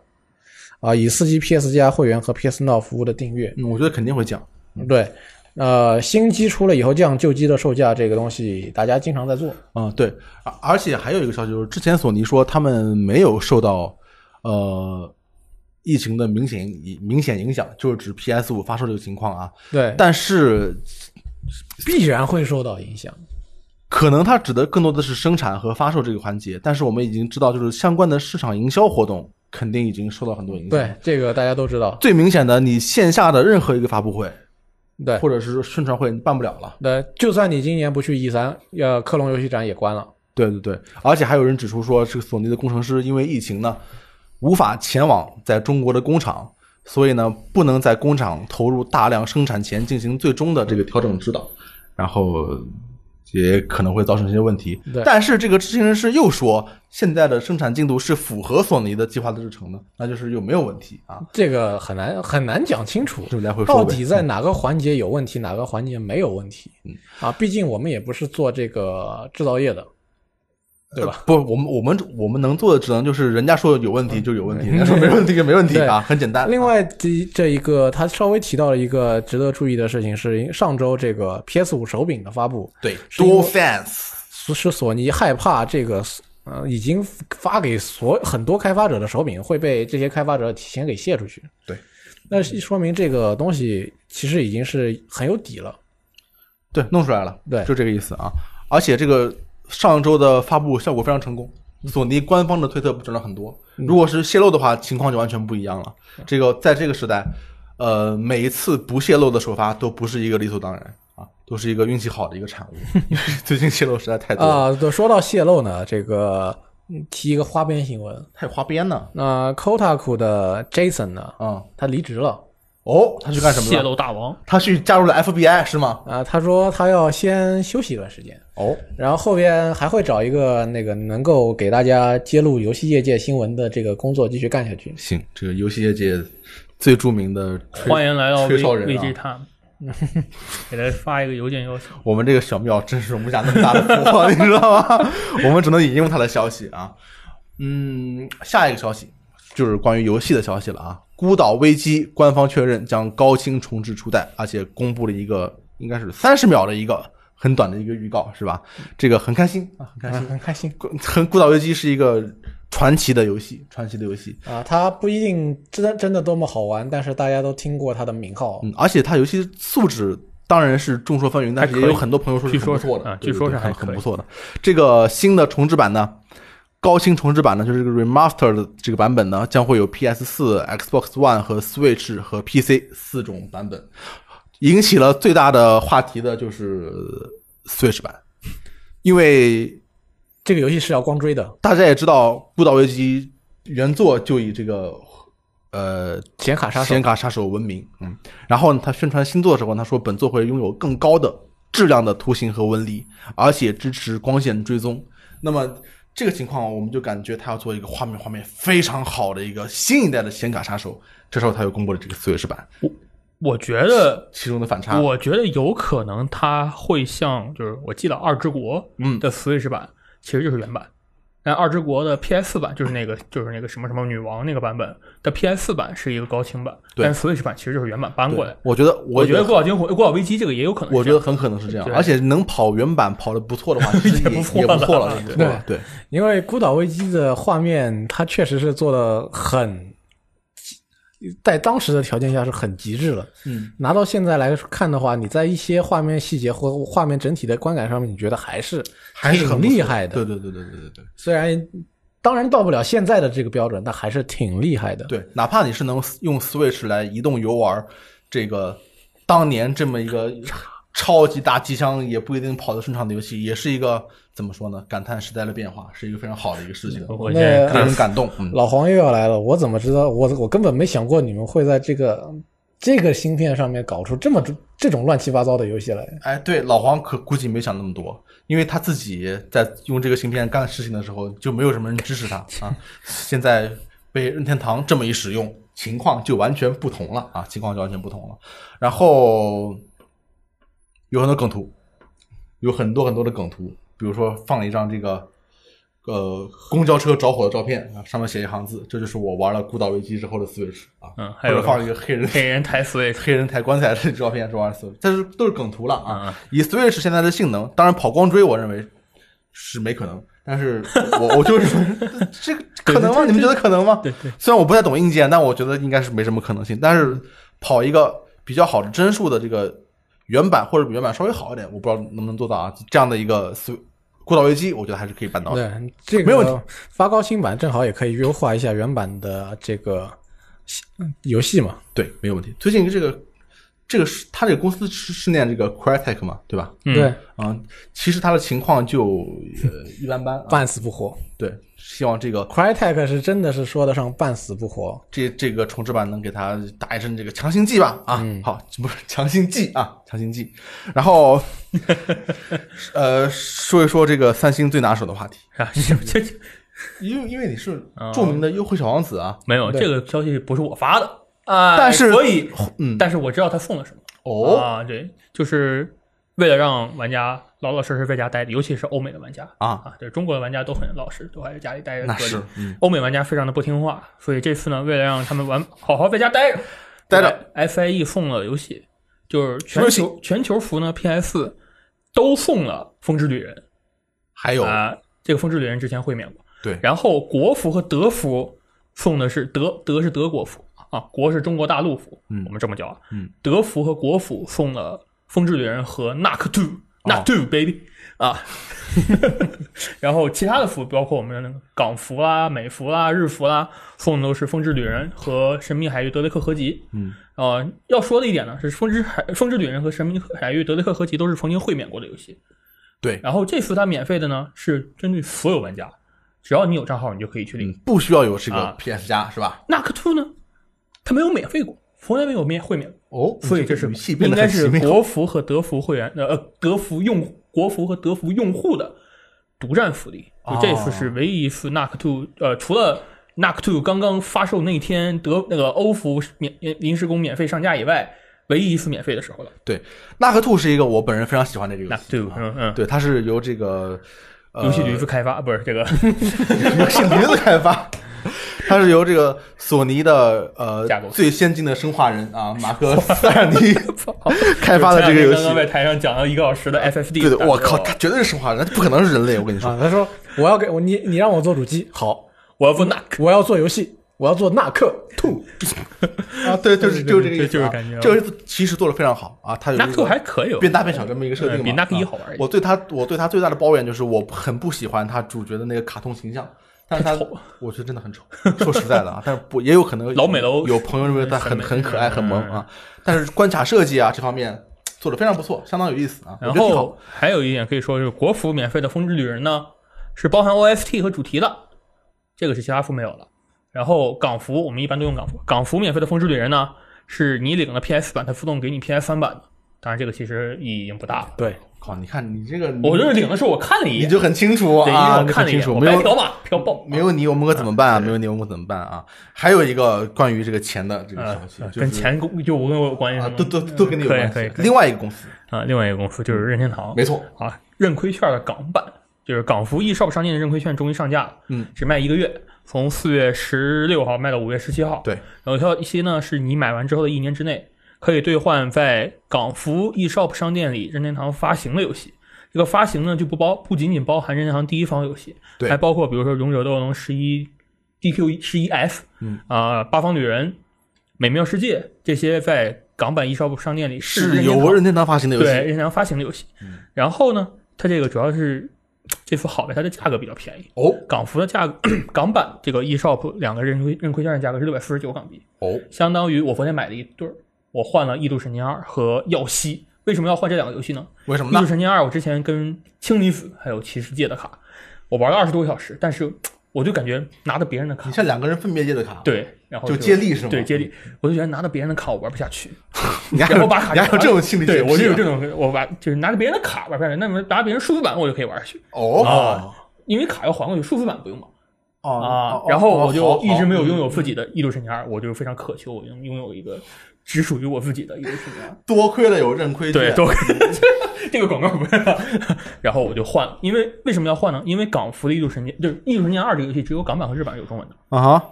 A: 啊、以刺激 PS 加会员和 PS Now 服务的订阅。
B: 嗯，我觉得肯定会降。
A: 对，呃，新机出了以后降旧机的售价这个东西，大家经常在做。
B: 嗯，对，而而且还有一个消息就是，之前索尼说他们没有受到呃疫情的明显影明显影响，就是指 PS 五发售这个情况啊。
A: 对但
B: 但是
A: 必然会受到影响。
B: 可能它指的更多的是生产和发售这个环节，但是我们已经知道，就是相关的市场营销活动肯定已经受到很多影响。
A: 对，，这个大家都知道。
B: 最明显的，你线下的任何一个发布会
A: 对，
B: 或者是宣传会，你办不了了。
A: 对，就算你今年不去 E 三，呃，克隆游戏展也关了。
B: 对对对，而且还有人指出说，这个索尼的工程师因为疫情呢，无法前往在中国的工厂，所以呢，不能在工厂投入大量生产前进行最终的这个调整指导，然后也可能会造成一些问题
A: 对。
B: 但是这个执行人士又说，现在的生产进度是符合索尼的计划的日程的，那就是又没有问题啊。
A: 这个很难很难讲清楚，
B: 这来回说
A: 到
B: 呗
A: 底在哪个环节有问题，哪个环节没有问题？啊，毕竟我们也不是做这个制造业的，对吧？
B: 不，我们我们我们能做的只能就是人家说有问题就有问题，人家说没问题就没问题啊，很简单。
A: 另外，这这一个他稍微提到了一个值得注意的事情，是上周这个 PS 五手柄的发布，
B: 对
A: 是因为
B: ，Dual Sense。
A: 是是索尼害怕这个呃已经发给所很多开发者的手柄会被这些开发者提前给卸出去。
B: 对，
A: 那是说明这个东西其实已经是很有底了。
B: 对，弄出来了，
A: 对
B: 就这个意思啊。而且这个上周的发布效果非常成功，索尼官方的推特补充了很多。
A: 嗯
B: 如果是泄露的话，情况就完全不一样了。这个在这个时代，呃，每一次不泄露的首发都不是一个理所当然啊，都是一个运气好的一 个产物。因为最近泄露实在太多了，
A: 啊、对，说到泄露呢，这个嗯提一个花边新闻，
B: 太花边了
A: 那 Kotaku 的 Jason 呢，
B: 啊、
A: 他离职了。
B: 哦，他去干什么
C: 泄
B: 了？
C: 露大王，
B: 他去加入了 FBI 是吗？
A: 啊，他说他要先休息一段时间，
B: 哦，
A: 然后后边还会找一个那个能够给大家揭露游戏业界新闻的这个工作继续干下去。
B: 行，这个游戏业界最著名的吹
C: 欢迎来到
B: 吹
C: V
B: 哨人
C: VG
B: 啊！
C: Time，给他发一个邮件邀请。
B: 我们这个小庙真是容不下那么大的福报，你知道吗？我们只能引用他的消息啊。嗯，下一个消息就是关于游戏的消息了啊。《孤岛危机》官方确认将高清重置初代，而且公布了一个应该是三十秒的一个很短的一个预告，是吧？这个很开心啊，很开
A: 啊
B: 心。
A: 很开心
B: 很《孤岛危机》是一个传奇的游戏，传奇的游戏。
A: 啊！它不一定真的真的多么好玩，但是大家都听过它的名号。
B: 嗯，而且它游戏素质当然是众说纷�纭，但是
D: 还可以
B: 也有很多朋友说是
D: 据
B: 很
D: 说
B: 不错
D: 是
B: 的
D: 啊，
B: 对
D: 据说
B: 对
D: 是
B: 对
D: 还可
B: 很不
D: 以
B: 错的。这个新的重置版呢，高清重置版呢，就是这个 remaster 的这个版本呢，将会有 PS 四、Xbox One 和 Switch 和 PC 四种版本。引起了最大的话题的就是呃 Switch 版，因为
A: 这个游戏是要光追的，
B: 大家也知道《孤岛危机》原作就以这个呃
A: 显卡杀手
B: 显卡杀手闻名。嗯，然后呢，他宣传新作的时候，他说本作会拥有更高的质量的图形和纹理，而且支持光线追踪。那么这个情况，我们就感觉他要做一个画面画面非常好的一个新一代的显卡杀手。这时候他又公布了这个 Switch 版，
C: 我觉得，
B: 其中的反差。
C: 我觉得有可能他会像，就是我记得《二之国》
B: 嗯
C: 的 Switch 版其实就是原版，但《二之国》的 PS 版就是 那个就是那个什么什么女王那个版本的 PS 版是一个高清版，
B: 对
C: 但 Switch 版其实就是原版搬
B: 对
C: 过来。
B: 我觉得，
C: 我
B: 我
C: 觉得《孤岛惊魂》《孤岛危机》这个也有可能是
B: 我
C: 这
B: 觉
C: 样，
B: 得很可能是这样，
C: 对
B: 而且能跑原版跑得不错的话，其实也
C: 也不错
B: 也不错
C: 了
B: 了，也不错了对，
A: 因为《孤岛危机》的画面，它确实是做的很，在当时的条件下是很极致了。
B: 嗯，
A: 拿到现在来看的话，你在一些画面细节或画面整体的观感上面，你觉得还是
B: 还是很
A: 挺
B: 不错
A: 厉害的。
B: 对对对对对对对。
A: 虽然当然到不了现在的这个标准，但还是挺厉害的。，
B: 对，哪怕你是能用 Switch 来移动游玩，这个当年这么一 个超级大机箱也不一定跑得顺畅的游戏，也是一个怎么说呢？感叹时代的变化，是一个非常好的一个事情，
D: 我
A: 那
D: 现在
B: 让
D: 看
B: 人感动。嗯，
A: 老黄又要来了，我怎么知道？我我根本没想过你们会在这个这个芯片上面搞出这么这种乱七八糟的游戏来。
B: 哎，对，老黄可估计没想那么多，因为他自己在用这个芯片干事情的时候，就没有什么人支持他啊。现在被任天堂这么一使用，情况就完全不同了啊，情况就完全不同了。然后有很多梗图，有很多很多的梗图，比如说放了一张这个。呃，公交车着火的照片啊，上面写一行字，这就是我玩了《孤岛危机》之后的 Switch 啊。
C: 嗯还
B: 或
C: 有
B: 者放了一个黑人
C: 黑人抬 Switch，
B: 黑人抬棺材这照片是玩 Switch，但是都是梗图了啊。
C: 嗯
B: 以 Switch 现在的性能，当然跑光追我认为是没可能，但是我我就是说 这个可能吗？你们觉得可能吗？
C: 对对，
B: 虽然我不太懂硬件，但我觉得应该是没什么可能性。但是跑一个比较好的帧数的这个原版或者比原版稍微好一点，我不知道能不能做到啊。这样的一个 Switch 孤岛危机，我觉得还是可以办到的。
A: 对，这个
B: 没问题。
A: 发高清版正好也可以优化一下原版的这个嗯游戏嘛。
B: 对，没有问题。最近这个这个是他这个公司是是念这个 Crytek 嘛，对吧？
C: 嗯
A: 对，
B: 啊，其实他的情况就呃一般般、啊。
A: 半死不活。
B: 对，希望这个
A: Crytek 是真的是说得上半死不活。
B: 这这个重置版能给他打一针这个强心剂吧？啊，
C: 嗯
B: 好，不是强心剂啊，强心剂。然后， 呃，说一说这个三星最拿手的话题，
C: 啊，是这这
B: 因为因为你是
C: 啊
B: 著名的优惠小王子啊，
C: 没有
A: 对
C: 这个消息不是我发的啊，
B: 但是
C: 所以
B: 嗯，
C: 但是我知道他送了什么。
B: 哦
C: 啊，对，就是为了让玩家老老实实在家待着，尤其是欧美的玩家
B: 啊，
C: 啊，对中国的玩家都很老实，都还在家里待着。
B: 那
C: 隔离
B: 是，嗯，
C: 欧美玩家非常的不听话，所以这次呢，为了让他们玩好好在家待着，
B: 待着
C: ，FIE E 送了游戏，就是
B: 什么
C: 全
B: 游戏
C: 球全球服呢 PS 都送了《风之旅人
B: 还有》
C: 啊、这个《风之旅人》之前会免过，
B: 对
C: 然后国服和德服送的是德德是德国服啊，国是中国大陆服，
B: 嗯
C: 我们这么叫啊。
B: 嗯，
C: 德服和国服送了《风之旅人》和《Knock Two》，Knock
B: 哦
C: Two baby 啊。然后其他的服，包括我们的那个港服啦、美服啦、日服啦，送的都是《风之旅人》和《神秘海域德雷克合集》。
B: 嗯，
C: 呃，要说的一点呢是，《风之海》《风之旅人》和《神秘海域德雷克合集》都是曾经会免过的游戏。
B: 对
C: 然后这次它免费的呢，是针对所有玩家，只要你有账号，你就可以去领。
B: 嗯，不需要有这个
C: 啊
B: PS 加是吧？
C: Knock Two 呢，它没有免费过，从来没有免会免，
B: 哦，
C: 嗯所以这是
B: 语气变
C: 应
B: 得
C: 该
B: 很奇
C: 是
B: 妙。
C: 国服和德服会员呃呃德服用户国服和德服用户的独占福利，就这次
B: 哦
C: 是唯一一次 NAC Two 呃除了 NAC Two 刚刚发售那天德那个欧服免免临时工免费上架以外，唯一一次免费的时候了。
B: 对，纳克兔是一个我本人非常喜欢的这个游
C: NAC
B: 戏
C: Two
B: 啊，
C: 嗯嗯，
B: 对，它是由这个呃
C: 游戏驴子开发不是 这个
B: 是驴子开发，它是由这个索尼的呃
C: 架构
B: 最先进的生化人啊马 克塞尔尼开发的这个游
C: 前两天刚刚在
B: 戏。呃
C: 台上讲了一个小时的 FFD，
B: 对对，
C: 大
B: 我
C: 家知道
B: 靠，他绝对是生化人，他不可能是人类。我跟你说
A: 啊，，他说我要给我你你让我做主机，好，
C: 我要做 NAC。
A: 我要做游戏，我要做纳克兔，
B: 啊，对，就是就是这个意思啊，
C: 对就是感觉
B: 这个意思其实做的非常好啊，它有
C: NAC
B: 一
C: Two
B: 个
C: 还可以哦，
B: 变大变小这么一个设定嘛，
C: 嗯比 NAC 一
B: 啊
C: 好玩一点
B: 我对他，我对他最大的抱怨就是我很不喜欢他主角的那个卡通形象，但是他
C: 很丑
B: 我觉得真的很丑。说实在的啊，但是不也有可能
C: 老美楼嗯
B: 有朋友认为他很
C: 审美
B: 很可爱很萌啊， 但是关卡设计啊这方面做的非常不错，相当有意思啊，我
C: 然
B: 觉得挺好
C: 后。还有一点可以说，就是国服免费的《风之旅人》呢，是包含 OST 和主题的，这个是其他服没有了。然后港服我们一般都用港服，港服免费的《风之旅人》呢，是你领了 PS 版，它自动给你 PS 三版的。当然，这个其实意义已经不大了。
A: 对，
B: 靠，你看你这个，
C: 我就是领的时候，我看了一
B: 你
C: 眼，
B: 就很清楚
C: 对，因为
B: 啊，
C: 我
B: 你
C: 看
B: 很
C: 了一
B: 清
C: 眼，
B: 楚，
C: 我
B: 没
C: 白嗯
B: 有
C: 嫖嘛，嫖爆，
B: 没有你我们可怎么办啊？没有你我们可怎么办啊？还有一个关于这个钱的这个消息，就是
C: 嗯啊跟钱公就我跟我有关系
B: 啊
C: 什么
B: 都都都跟你有
C: 可以
B: 关
C: 可以
B: 系。
C: 可以
B: 另外一个公司，
C: 啊。另外一个公司就是任天堂，
B: 没错，
C: 啊，认亏券的港版，就是港服 eShop 商店的认亏券终于上架了，
B: 嗯，
C: 只卖一个月，从四月十六号卖到五月十七号，，
B: 对。
C: 有效一些呢是你买完之后的一年之内可以兑换在港服 eShop 商店里任天堂发行的游戏。这个发行呢就不包不仅仅包含任天堂第一方游戏，
B: 对
C: 还包括比如说《勇者斗恶龙十一》、DQ 十一 F，
B: 嗯
C: 啊、八方旅人》、《美妙世界》这些在港版 eShop 商店里
B: 是
C: 任天堂
B: 由任天堂发行的游
C: 对任
B: 戏嗯
C: 天堂发行的游戏。然后呢，它这个主要是这次好在它的价格比较便宜，
B: 哦
C: 港服的价格 港版这个 eShop 两个认亏认亏券的价格是六百四十九港币，
B: 哦，
C: 相当于我昨天买了一对儿，我换了《异度神剑二》和《耀西》。为什么要换这两个游戏呢？
B: 为什
C: 《
B: 么
C: 异度
B: 呢？
C: 神剑二》我之前跟氢离子还有骑士借的卡，我玩了二十多个小时，但是我就感觉拿着别人的卡
B: 你，像两个人分别借的卡，，
C: 对，然后
B: 就接力是吗
C: 对接力，我就觉得拿着别人的卡我玩不下去，
B: 你还
C: 然后
B: 有
C: 把卡
B: 你还有这种心理洁
C: 对
B: 癖啊，
C: 我就有这种，我把就是拿着别人的卡玩不下去，那么拿着别人数字版我就可以玩下去，
B: 哦
C: 因为卡要还过去，数字版不用嘛
B: 哦嗯
C: 啊。然后我就一直没有拥
B: 有
C: 有自己的《异度神剑二》，我就非常渴求我拥拥有一个只属于我自己的《异度神剑二》。
B: 多亏了有认亏
C: 对，
B: 券
C: 都这个广告不要。 然后我就换了，因为为什么要换呢？因为港服的《异度神剑》就是《异度神剑二》这个游戏只有港版和日版有中文的。
B: 啊哈，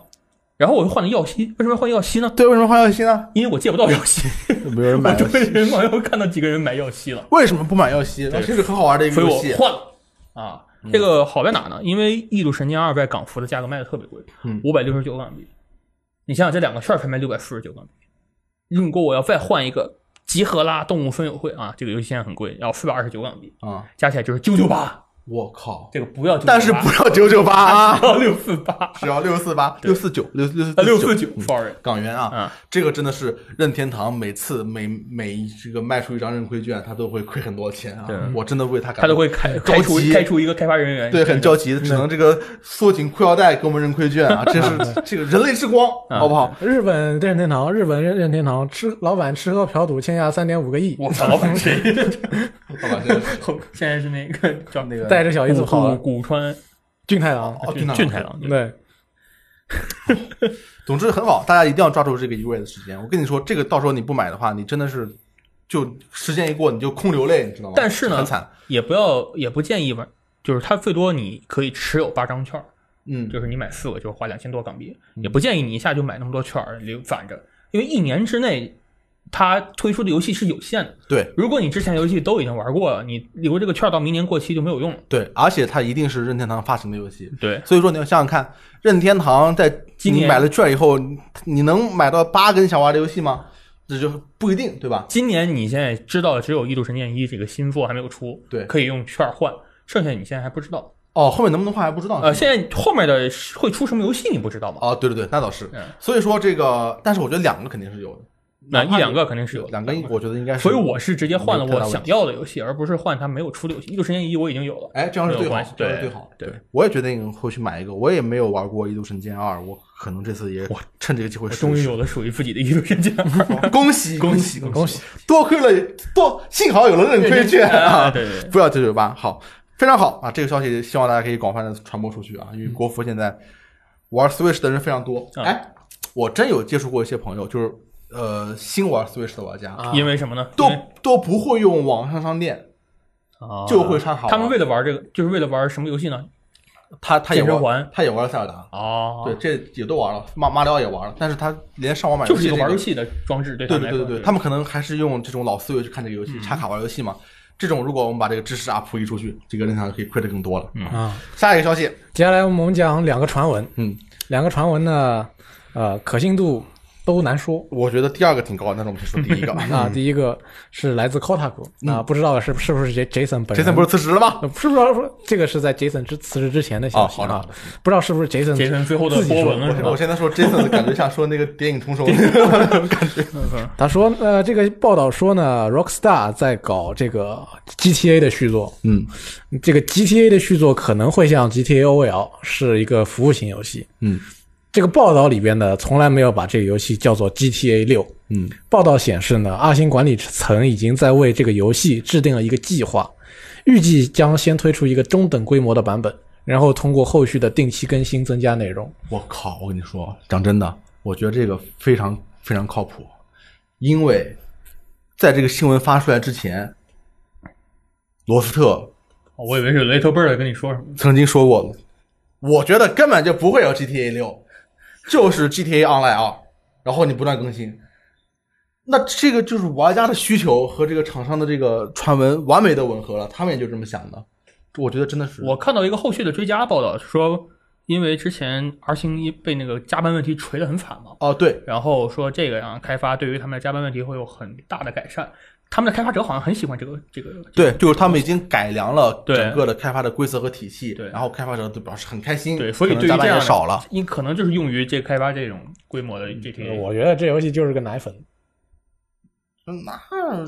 C: 然后我又换了耀西，为什么要换耀西呢？
B: 对，为什么换耀西呢？
C: 因为我借不到耀 西，
B: 没有人
C: 我
B: 买
C: 周围人网友看到几个人买耀西了，
B: 为什么不买耀西？耀西是很好玩的一个
C: 所以
B: 游
C: 我
B: 戏，
C: 换了啊。这个好在哪呢？因为《异度神剑二》在港服的价格卖的特别贵
B: 嗯，
C: 五百六十九港币。你想想，这两个券儿才卖六百四十九港币，如果我要再换一个集合啦、动物森友会啊，这个游戏现在很贵，要四百二十九港币，
B: 啊，
C: 加起来就是九九八。
B: 我靠！
C: 这个不要998，
B: 但是不要九九八啊，
C: 要六四八，
B: 只要六四八、六四九、六六四
C: 呃六四九，sorry，
B: 港元啊
C: 嗯，
B: 这个真的是任天堂每次每每这个卖出一张认亏券，他都会亏很多钱啊
C: 对！
B: 我真的为他感
C: 他都
B: 到
C: 会开开除
B: 急
C: 开除一个开发人员，
B: 对，很着急，只
C: 嗯
B: 能这个缩紧裤腰带给我们认亏券 啊！这是这个人类之光，
C: 嗯
B: 好不好？
A: 日本任天堂，日本任任天堂吃老板吃喝嫖赌欠下三点五个亿，
C: 我操，老板谁？ 嗯
B: 好吧，这个
C: 现在是那个叫那个
A: 带着小姨子跑
C: 古
A: 了
C: 古川
A: 俊太郎，
B: 哦，
C: 俊
B: 俊
C: 俊
B: 太
C: 太
B: 郎。
C: 郎，对
A: 对，
B: 总之很好，大家一定要抓住这个一个月的时间。我跟你说，这个到时候你不买的话，你真的是就时间一过你就空流泪，你知道吗？
C: 但是呢
B: 哦很惨。
C: 也不要也不建议玩，就是他最多你可以持有八张券儿，
B: 嗯，
C: 就是你买四个就花两千多港币，也不建议你一下就买那么多券儿留攒着，因为一年之内。他推出的游戏是有限的，
B: 对
C: 如果你之前游戏都已经玩过了，你留这个券儿到明年过期就没有用了。
B: 对，而且它一定是任天堂发行的游戏，
C: 对，
B: 所以说你要想想看，任天堂在
C: 今
B: 你
C: 年
B: 买了券以后，你你能买到八个你想玩的游戏吗？这就不一定，对吧？
C: 今年你现在知道只有《异度神剑一》这个新作还没有出，
B: 对
C: 可以用券换，剩下你现在还不知道。
B: 哦，后面能不能换还不知道。
C: 呃，现在后面的会出什么游戏你不知道吗？
B: 哦哦，对对对，那倒是
C: 嗯。
B: 所以说这个，但是我觉得两个肯定是有的，
C: 那一两个肯定是有的，
B: 两个我觉得应该是。
C: 所以我是直接换了
B: 没太大
C: 我
B: 问题
C: 想要的游戏，而不是换它没有出的游戏。异度神剑一我已经有了，
B: 哎，这样是
C: 没有
B: 最好
C: 关系，
B: 这样是
C: 对
B: 最好。
C: 对，
B: 我也决定会去买一个。我也没有玩过《异度神剑二》，我可能这次也趁这个机会
C: 我
B: 试
C: 终
B: 一
C: 于
B: 试。
C: 有了属于自己的异度神 剑二。
B: 恭喜恭喜恭喜！多亏了多，幸好有了认亏券
C: 啊
B: 啊！
C: 对对对
B: 不要九九八，好，非常好啊！这个消息希望大家可以广泛的传播出去啊，
C: 嗯
B: 因为国服现在玩 Switch 的人非常多。
C: 啊
B: 哎，我真有接触过一些朋友，就是呃新玩 Switch 的玩家，
A: 啊
C: 因为什么呢？
B: 都
C: 因为
B: 都不会用网上商店，
C: 哎啊
B: 就会上好玩
C: 他们为了玩这个，就是为了玩什么游戏呢？
B: 他他也
C: 健身
B: 玩
C: 环，
B: 他也玩了塞尔达。
C: 哦，
B: 对，，这也都玩了，马马里奥也玩了，但是他连上网买
C: 啊就是一个
B: 这
C: 玩游戏的装置，对
B: 对
C: 他们
B: 对
C: 来
B: 对
C: 说
B: 对，他们可能还是用这种老思维去看这个游戏，插卡玩游戏嘛。这种如果我们把这个知识啊普及出去，这个论坛可以
C: 嗯
B: 亏的更多了。
A: 啊。
B: 下一个消息，
A: 接下来我们讲两个传闻，
B: 嗯，
A: 两个传闻呢，呃，可信度都难说。
B: 我觉得第二个挺高，但是我们先说第一个。
C: 嗯
A: 啊，第一个是来自 Kotaku，那、不知道是是不是 J Jason 本人
B: 杰森不是辞职了吗？
A: 呃是不是说这个是在 Jason 之辞职之前的消息
B: 哦好的好
A: 啊？不知道是不是 Jason
C: 杰森最后的
A: 自己
C: 波
A: 说
C: 纹了是吧
B: 我？现在说杰森，感觉像说那个谍影 重重
C: 嗯
B: 那种感觉。
A: 他说，呃，这个报道说呢，Rockstar 在搞这个 GTA 的续作，
B: 嗯
A: 这个 GTA 的续作可能会像 GTA OL 是一个服务型游戏。
B: 嗯
A: 这个报道里边呢，从来没有把这个游戏叫做 GTA 六。
B: 嗯
A: 报道显示呢，二星管理层已经在为这个游戏制定了一个计划，预计将先推出一个中等规模的版本，然后通过后续的定期更新增加内容。
B: 我靠！我跟你说，讲真的，我觉得这个非常非常靠谱，因为在这个新闻发出来之前，罗斯特
C: 哦我以为是雷特贝尔跟你说什么，
B: 曾经说过了，我觉得根本就不会有 GTA 六，就是 GTA Online 二，然后你不断更新。那这个就是玩家的需求和这个厂商的这个传闻完美的吻合了，他们也就这么想的。我觉得真的是
C: 我看到一个后续的追加报道说，因为之前 R 星一被那个加班问题锤得很惨嘛，
B: 哦，对，
C: 然后说这个样开发对于他们的加班问题会有很大的改善。他们的开发者好像很喜欢这个这个，
B: 对，就是他们已经改良了
C: 对
B: 整个的开发的规则和体系，
C: 对
B: 然后开发者都表示很开心，
C: 对，所以
B: 可
C: 对
B: 能
C: 于
B: 加
C: 这
B: 班
C: 样
B: 也少了。，
C: 你可能就是用于这开发这种规模的 GTA。
A: 嗯我觉得这游戏就是个奶粉。
B: 嗯那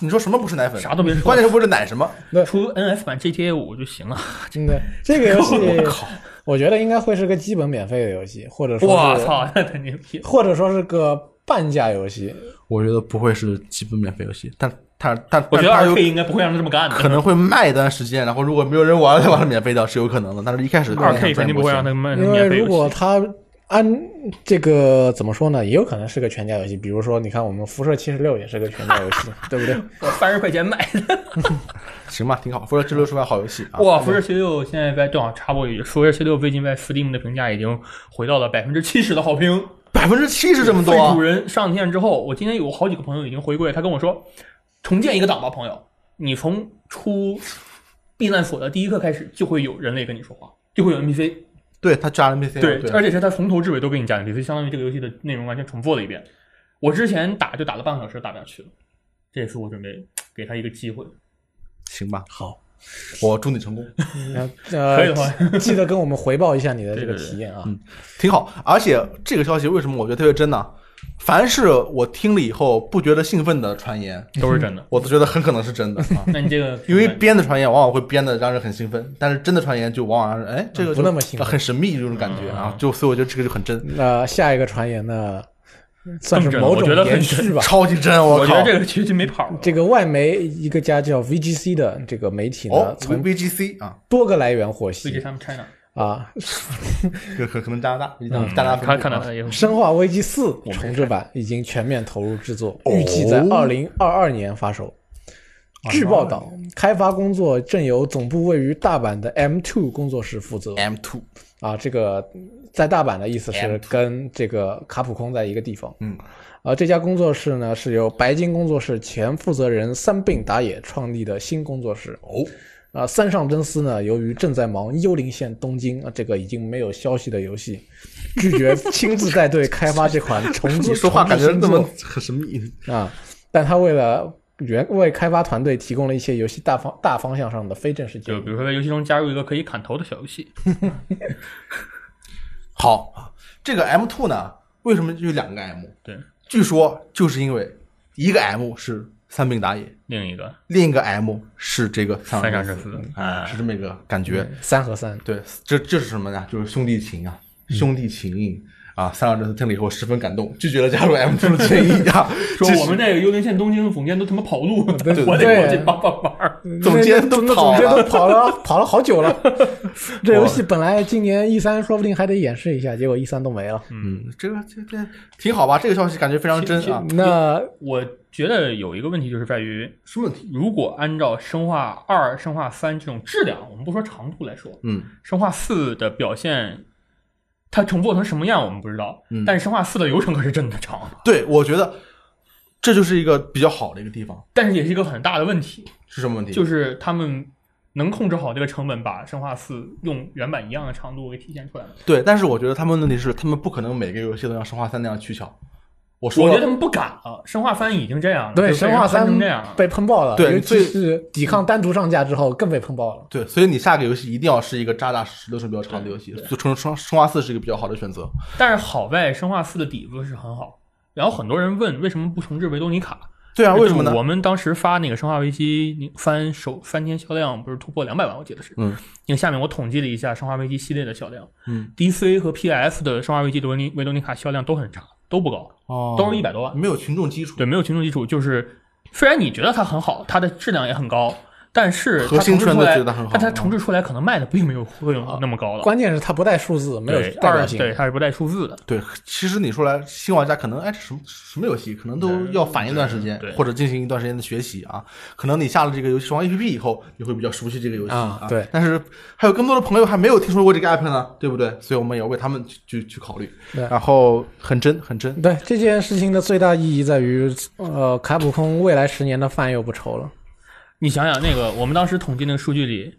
B: 你说什么不是奶粉？啊
C: 啥都别说
B: 关键是不是奶什么？
C: 出 NS 版 GTA 五就行了。
A: 真的，这个游戏
B: 我靠，
A: 我觉得应该会是个基本免费的游戏，或者说
C: 我
A: 是，
C: 操，那太牛逼！
A: 或者说是个半价游戏。
B: 我觉得不会是基本免费游戏，但但但
C: 我觉得
B: 但它
C: 二
B: 有
C: K 应该不会让他这么干的，
B: 可能会卖一段时间，然后如果没有人玩，再把它免费掉是有可能的。但是一开始
C: 二 K 肯定不会让
B: 它
C: 他们
A: 因为
C: 免费
A: 如果
C: 游戏。
A: 它按这个怎么说呢，也有可能是个全价游戏。比如说，你看我们辐射七十六也是个全价游 戏，对不对？
C: 我三十块钱买的，
B: 行吧，挺好。辐射之流是款好游戏啊，
C: 哇！辐射七六现在在啊正好插播一句，辐射七六最近在 Steam 的评价已经回到了百分之七十的好评，
B: 百分之七十这么多
C: 废
B: 啊
C: 主！人上线之后，我今天有好几个朋友已经回归，他跟我说，重建一个档吧，朋友，你从出避难所的第一刻开始，就会有人类跟你说话，就会有 NPC，
B: 对他加了 NPC，
C: 对，啊而
B: 啊对，
C: 且是他从头至尾都给你讲 NPC，相当于这个游戏的内容完全重复了一遍。我之前打就打了半个小时，打不下去了。这次我准备给他一个机会，
B: 行吧，
A: 好，
B: 我祝你成功，
C: 嗯 可以
A: 呃，
C: 的话，
A: 记得跟我们回报一下你的这
C: 对
A: 个
C: 对对嗯
A: 体验啊。
B: 挺好。而且这个消息为什么我觉得特别真呢？凡是我听了以后不觉得兴奋的传言，。
C: 都是真的。
B: 我都觉得很可能是真的啊
C: 那你这 个
B: 因为编的传言往往会编的让人很兴奋，但是真的传言就往往让人哎，这个就
A: 不那么兴奋
B: 很神秘这种感觉啊，就所以我觉得这个就很真，
A: 那下一个传言呢，算是
C: 更真
A: 某
C: 我
A: 种
C: 觉得很
A: 延续吧。
B: 超级真，我
C: 我觉
B: 靠
C: 得！这个其实没跑了。
A: 这个外媒一个家叫 VGC 的这个媒体呢，
B: 哦
A: 从
B: ，VGC 啊，
A: 多个来源获
C: 最近
A: 悉
C: 他们 China，
A: 啊，
B: 可可可能加拿大，加拿大分布
C: 他
B: 啊
C: 看到他也
A: 《
C: 会
A: 生化危机四》重置版已经全面投入制作，
B: 哦
A: 预计在二零二二年发售。据报道，开发工作正由总部位于大阪的 M2 工作室负责。
B: M two，
A: 啊，这个在大阪的意思是跟这个卡普空在一个地方。
B: 嗯，
A: 啊，这家工作室呢是由白金工作室前负责人三并打野创立的新工作室。
B: 哦，
A: 啊，三上真司呢，由于正在忙《幽灵线：东京》啊这个已经没有消息的游戏，拒 绝亲自带队开发这款重置
B: 你 说话
A: 重
B: 感
A: 置
B: 觉
A: 新
B: 那么
A: 作
B: 很神秘。
A: 啊，但他为了原为开发团队提供了一些游戏大方大方向上的非正式建
C: 就
A: 议。
C: 比如说在游戏中加入一个可以砍头的小游戏，
B: 好，这个 M two 呢，为什么就有两个 M？
C: 对，
B: 据说就是因为一个 M 是三病打野，
E: 另一个
B: 另一个 M 是这个三
E: 三
B: 上
E: 上神父
C: 哎
E: 啊，
B: 是这么一个感觉。
A: 三和三，
B: 对，这这是什么呢？就是兄弟情啊，
C: 嗯
B: 兄弟情谊啊！三上真司听了以后十分感动，拒绝了加入 M 中的建议啊，
C: 说
B: 这是
C: 我们这个幽灵线东京的总监都他妈跑路， 我
A: 对
C: 得过去
A: 对
C: 帮帮忙。
B: 总监都
A: 那那
B: 跑
A: 总监
B: 了
A: 都跑了，跑了好久了。这游戏本来今年 E 三说不定还得演示一下，结果 E 三都没了。
B: 嗯，这个这这挺好吧？这个消息感觉非常真啊。
A: 那
C: 我觉得有一个问题就是在于，
B: 什么问题？
C: 如果按照生化二、生化三这种质量，我们不说长度来说，
B: 嗯，
C: 生化四的表现，它重做成什么样我们不知道，
B: 嗯
C: 但是生化四的流程可是真的长，啊
B: 对，我觉得这就是一个比较好的一个地方，
C: 但是也是一个很大的问题，
B: 是什么问题？
C: 就是是他们能控制好这个成本，把生化四用原版一样的长度给体现出来吗。
B: 对，但是我觉得他们的问题是，他们不可能每个游戏都像《生化三》那样取巧。我说
C: 我觉得他
B: 了，
C: 们不敢了，生化三已经这样了，
A: 对
C: 就被
A: 神
C: 人
A: 话
C: 喷
A: 三
C: 成这样了。
A: 被喷爆了，
B: 对
A: 尤
B: 最
A: 其是抵抗单独上架之后更被喷爆了。
B: 对，所以你下个游戏一定要是一个扎扎实实、流程比较长的游戏。就《生生生化四》是一个比较好的选择。
C: 但是好在生化四的底子是很好，然后很多人问为什么不重置维多尼卡，
B: 对啊，为什么呢
C: 就？我们当时发那个《生化危机》翻首三天销量不是突破两百万，我记得是。
B: 嗯，
C: 因为下面我统计了一下《生化危机》系列的销量，
B: 嗯
C: ，DC 和 PS 的《生化危机》的维尼维多尼卡销量都很差，都不高，
B: 哦
C: 都是一百多万。
B: 没有群众基础，
C: 对，没有群众基础，就是虽然你觉得它很好，它的质量也很高，但是它
B: 核心
C: 重置
B: 圈
C: 出
B: 子
C: 来
B: 觉得很好哦
C: 但它
B: 嗯
C: 重置出来可能卖的并没有会有那么高了。
A: 关键是它不带数字，没有
C: 嗯对
A: 代
C: 二
A: 表性。
C: 对它是不带数字的，
B: 对，其实你说来，新玩家可能哎，这什么什么游戏，可能都要反应一段时间
C: 对，
B: 或者进行一段时间的学习啊。可能你下了这个游戏双 A P P 以后，你会比较熟悉这个游戏
A: 啊对
B: 但是还有更多的朋友还没有听说过这个 app 呢，对不对？所以我们也要为他们去去去考虑。
A: 对
B: 然后很真，很真。
A: 对这件事情的最大意义在于，呃，卡普空未来十年的饭又不愁了。
C: 你想想那个，我们当时统计那个数据里，《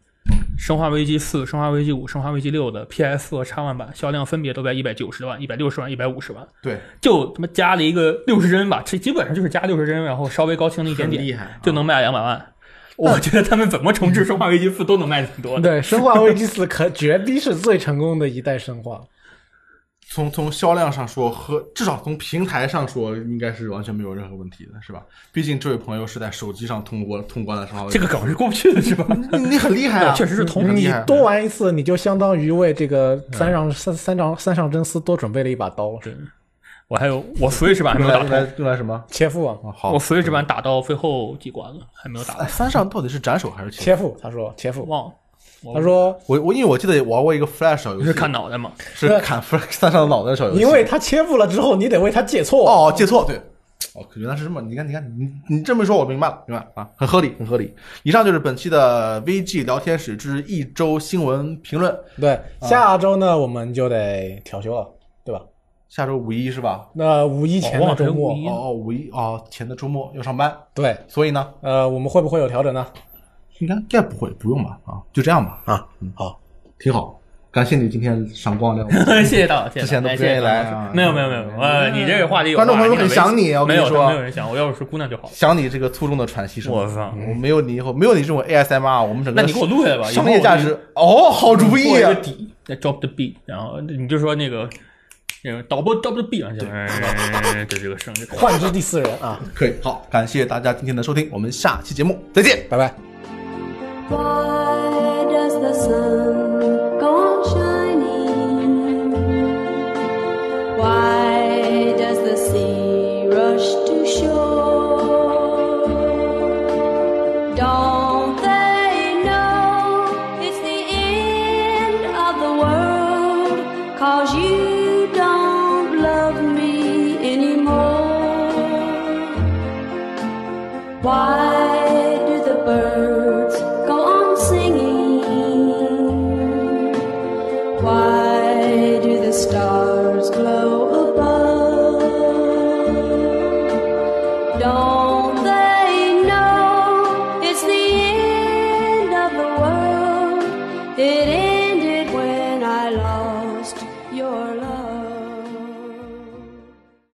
C: 生化危机四》《生化危机五》《生化危机六》的 PS 和 X One 版销量分别都在一百九十万、一百六十万、一百五十万，
B: 对，
C: 就他妈加了一个六十帧吧，这基本上就是加六十帧，然后稍微高清了一点
B: 很厉
C: 点，
B: 害啊
C: 就能卖两百万。我觉得他们怎么重置《生化危机四》都能卖挺多的。
A: 对，《生化危机四》可绝逼是最成功的一代生化。
B: 从从销量上说和至少从平台上说，应该是完全没有任何问题的，是吧？毕竟这位朋友是在手机上通过通关的生化危
C: 这
B: 机，
C: 个梗是过不去的，是吧？
B: 你你很厉害啊，
C: 确实是同
B: 很厉
A: 你
B: 害嗯
A: 多玩一次，你就相当于为这个三上三三上三上真司多准备了一把刀了。
C: 我还有我 Switch 版还没
B: 用
C: 有
B: 来用
C: 打通，
B: 来用来什么？
A: 切腹啊，
B: 啊，好
C: 我 Switch 版打到最后几关了，还没有打
B: 哎，
C: 到，
B: 三上到底是斩首还是切？
A: 切腹，他说切腹，
C: 忘了。
A: 他说
B: 我我因为我记得玩过一个 Flash 小游
C: 你
B: 戏，
C: 是看脑袋吗？
B: 是砍 Flash 三上脑袋的小游戏。
A: 因为他切腹了之后，你得为他解错。
B: 哦，记错对，哦，原来是这么，你看你看你你这么一说，我明白了，明白了啊，很合理，很合理。以上就是本期的 VG 聊天室之一周新闻评论，
A: 对，
B: 啊
A: 下周呢我们就得调休了，对吧？
B: 下周五一是吧？
A: 那五一前
C: 哦
A: 的
C: 忘了
A: 周末
C: 五，一
B: 哦哦，五一哦前的周末要上班，
A: 对，
B: 所以呢，
A: 呃，我们会不会有调整呢？
B: 应该应该不会，不用吧啊，就这样吧啊，嗯，
A: 好，
B: 挺好，感谢你今天赏光来我们。
C: 谢谢大佬，谢谢
B: 之前都
C: 大佬
B: 不愿意来
C: 谢谢大佬
B: 啊
C: 没有没有没有，呃，你这个话题有
B: 观众
C: 话
B: 朋友们
C: 你
B: 很想你
C: 没有
B: 我跟你说
C: 没有人想，我要是姑娘就好了。
B: 想你这个粗重的喘息声，
C: 我操
B: 我没有你以后没有你这种 ASMR，我们整个
C: 那你给我录下来吧，
B: 商业价值哦，好主
C: 做
B: 意
C: 一
B: 啊
C: 个！底再，drop the beat，然后你就说那个那个导播 drop the beat 上去，哎对这个声就
A: 换之第四人啊，
B: 可以，好，感谢大家今天的收听，我们下期节目再见。
A: 拜拜。
F: Why does the sun go on shining? Why does the sea rush to shore? Don't they know it's the end of the world? Cause you don't love me anymore. Why do the birds go on singing? Why do the stars glow above? Don't they know it's the end of the world? It ended when I lost your love.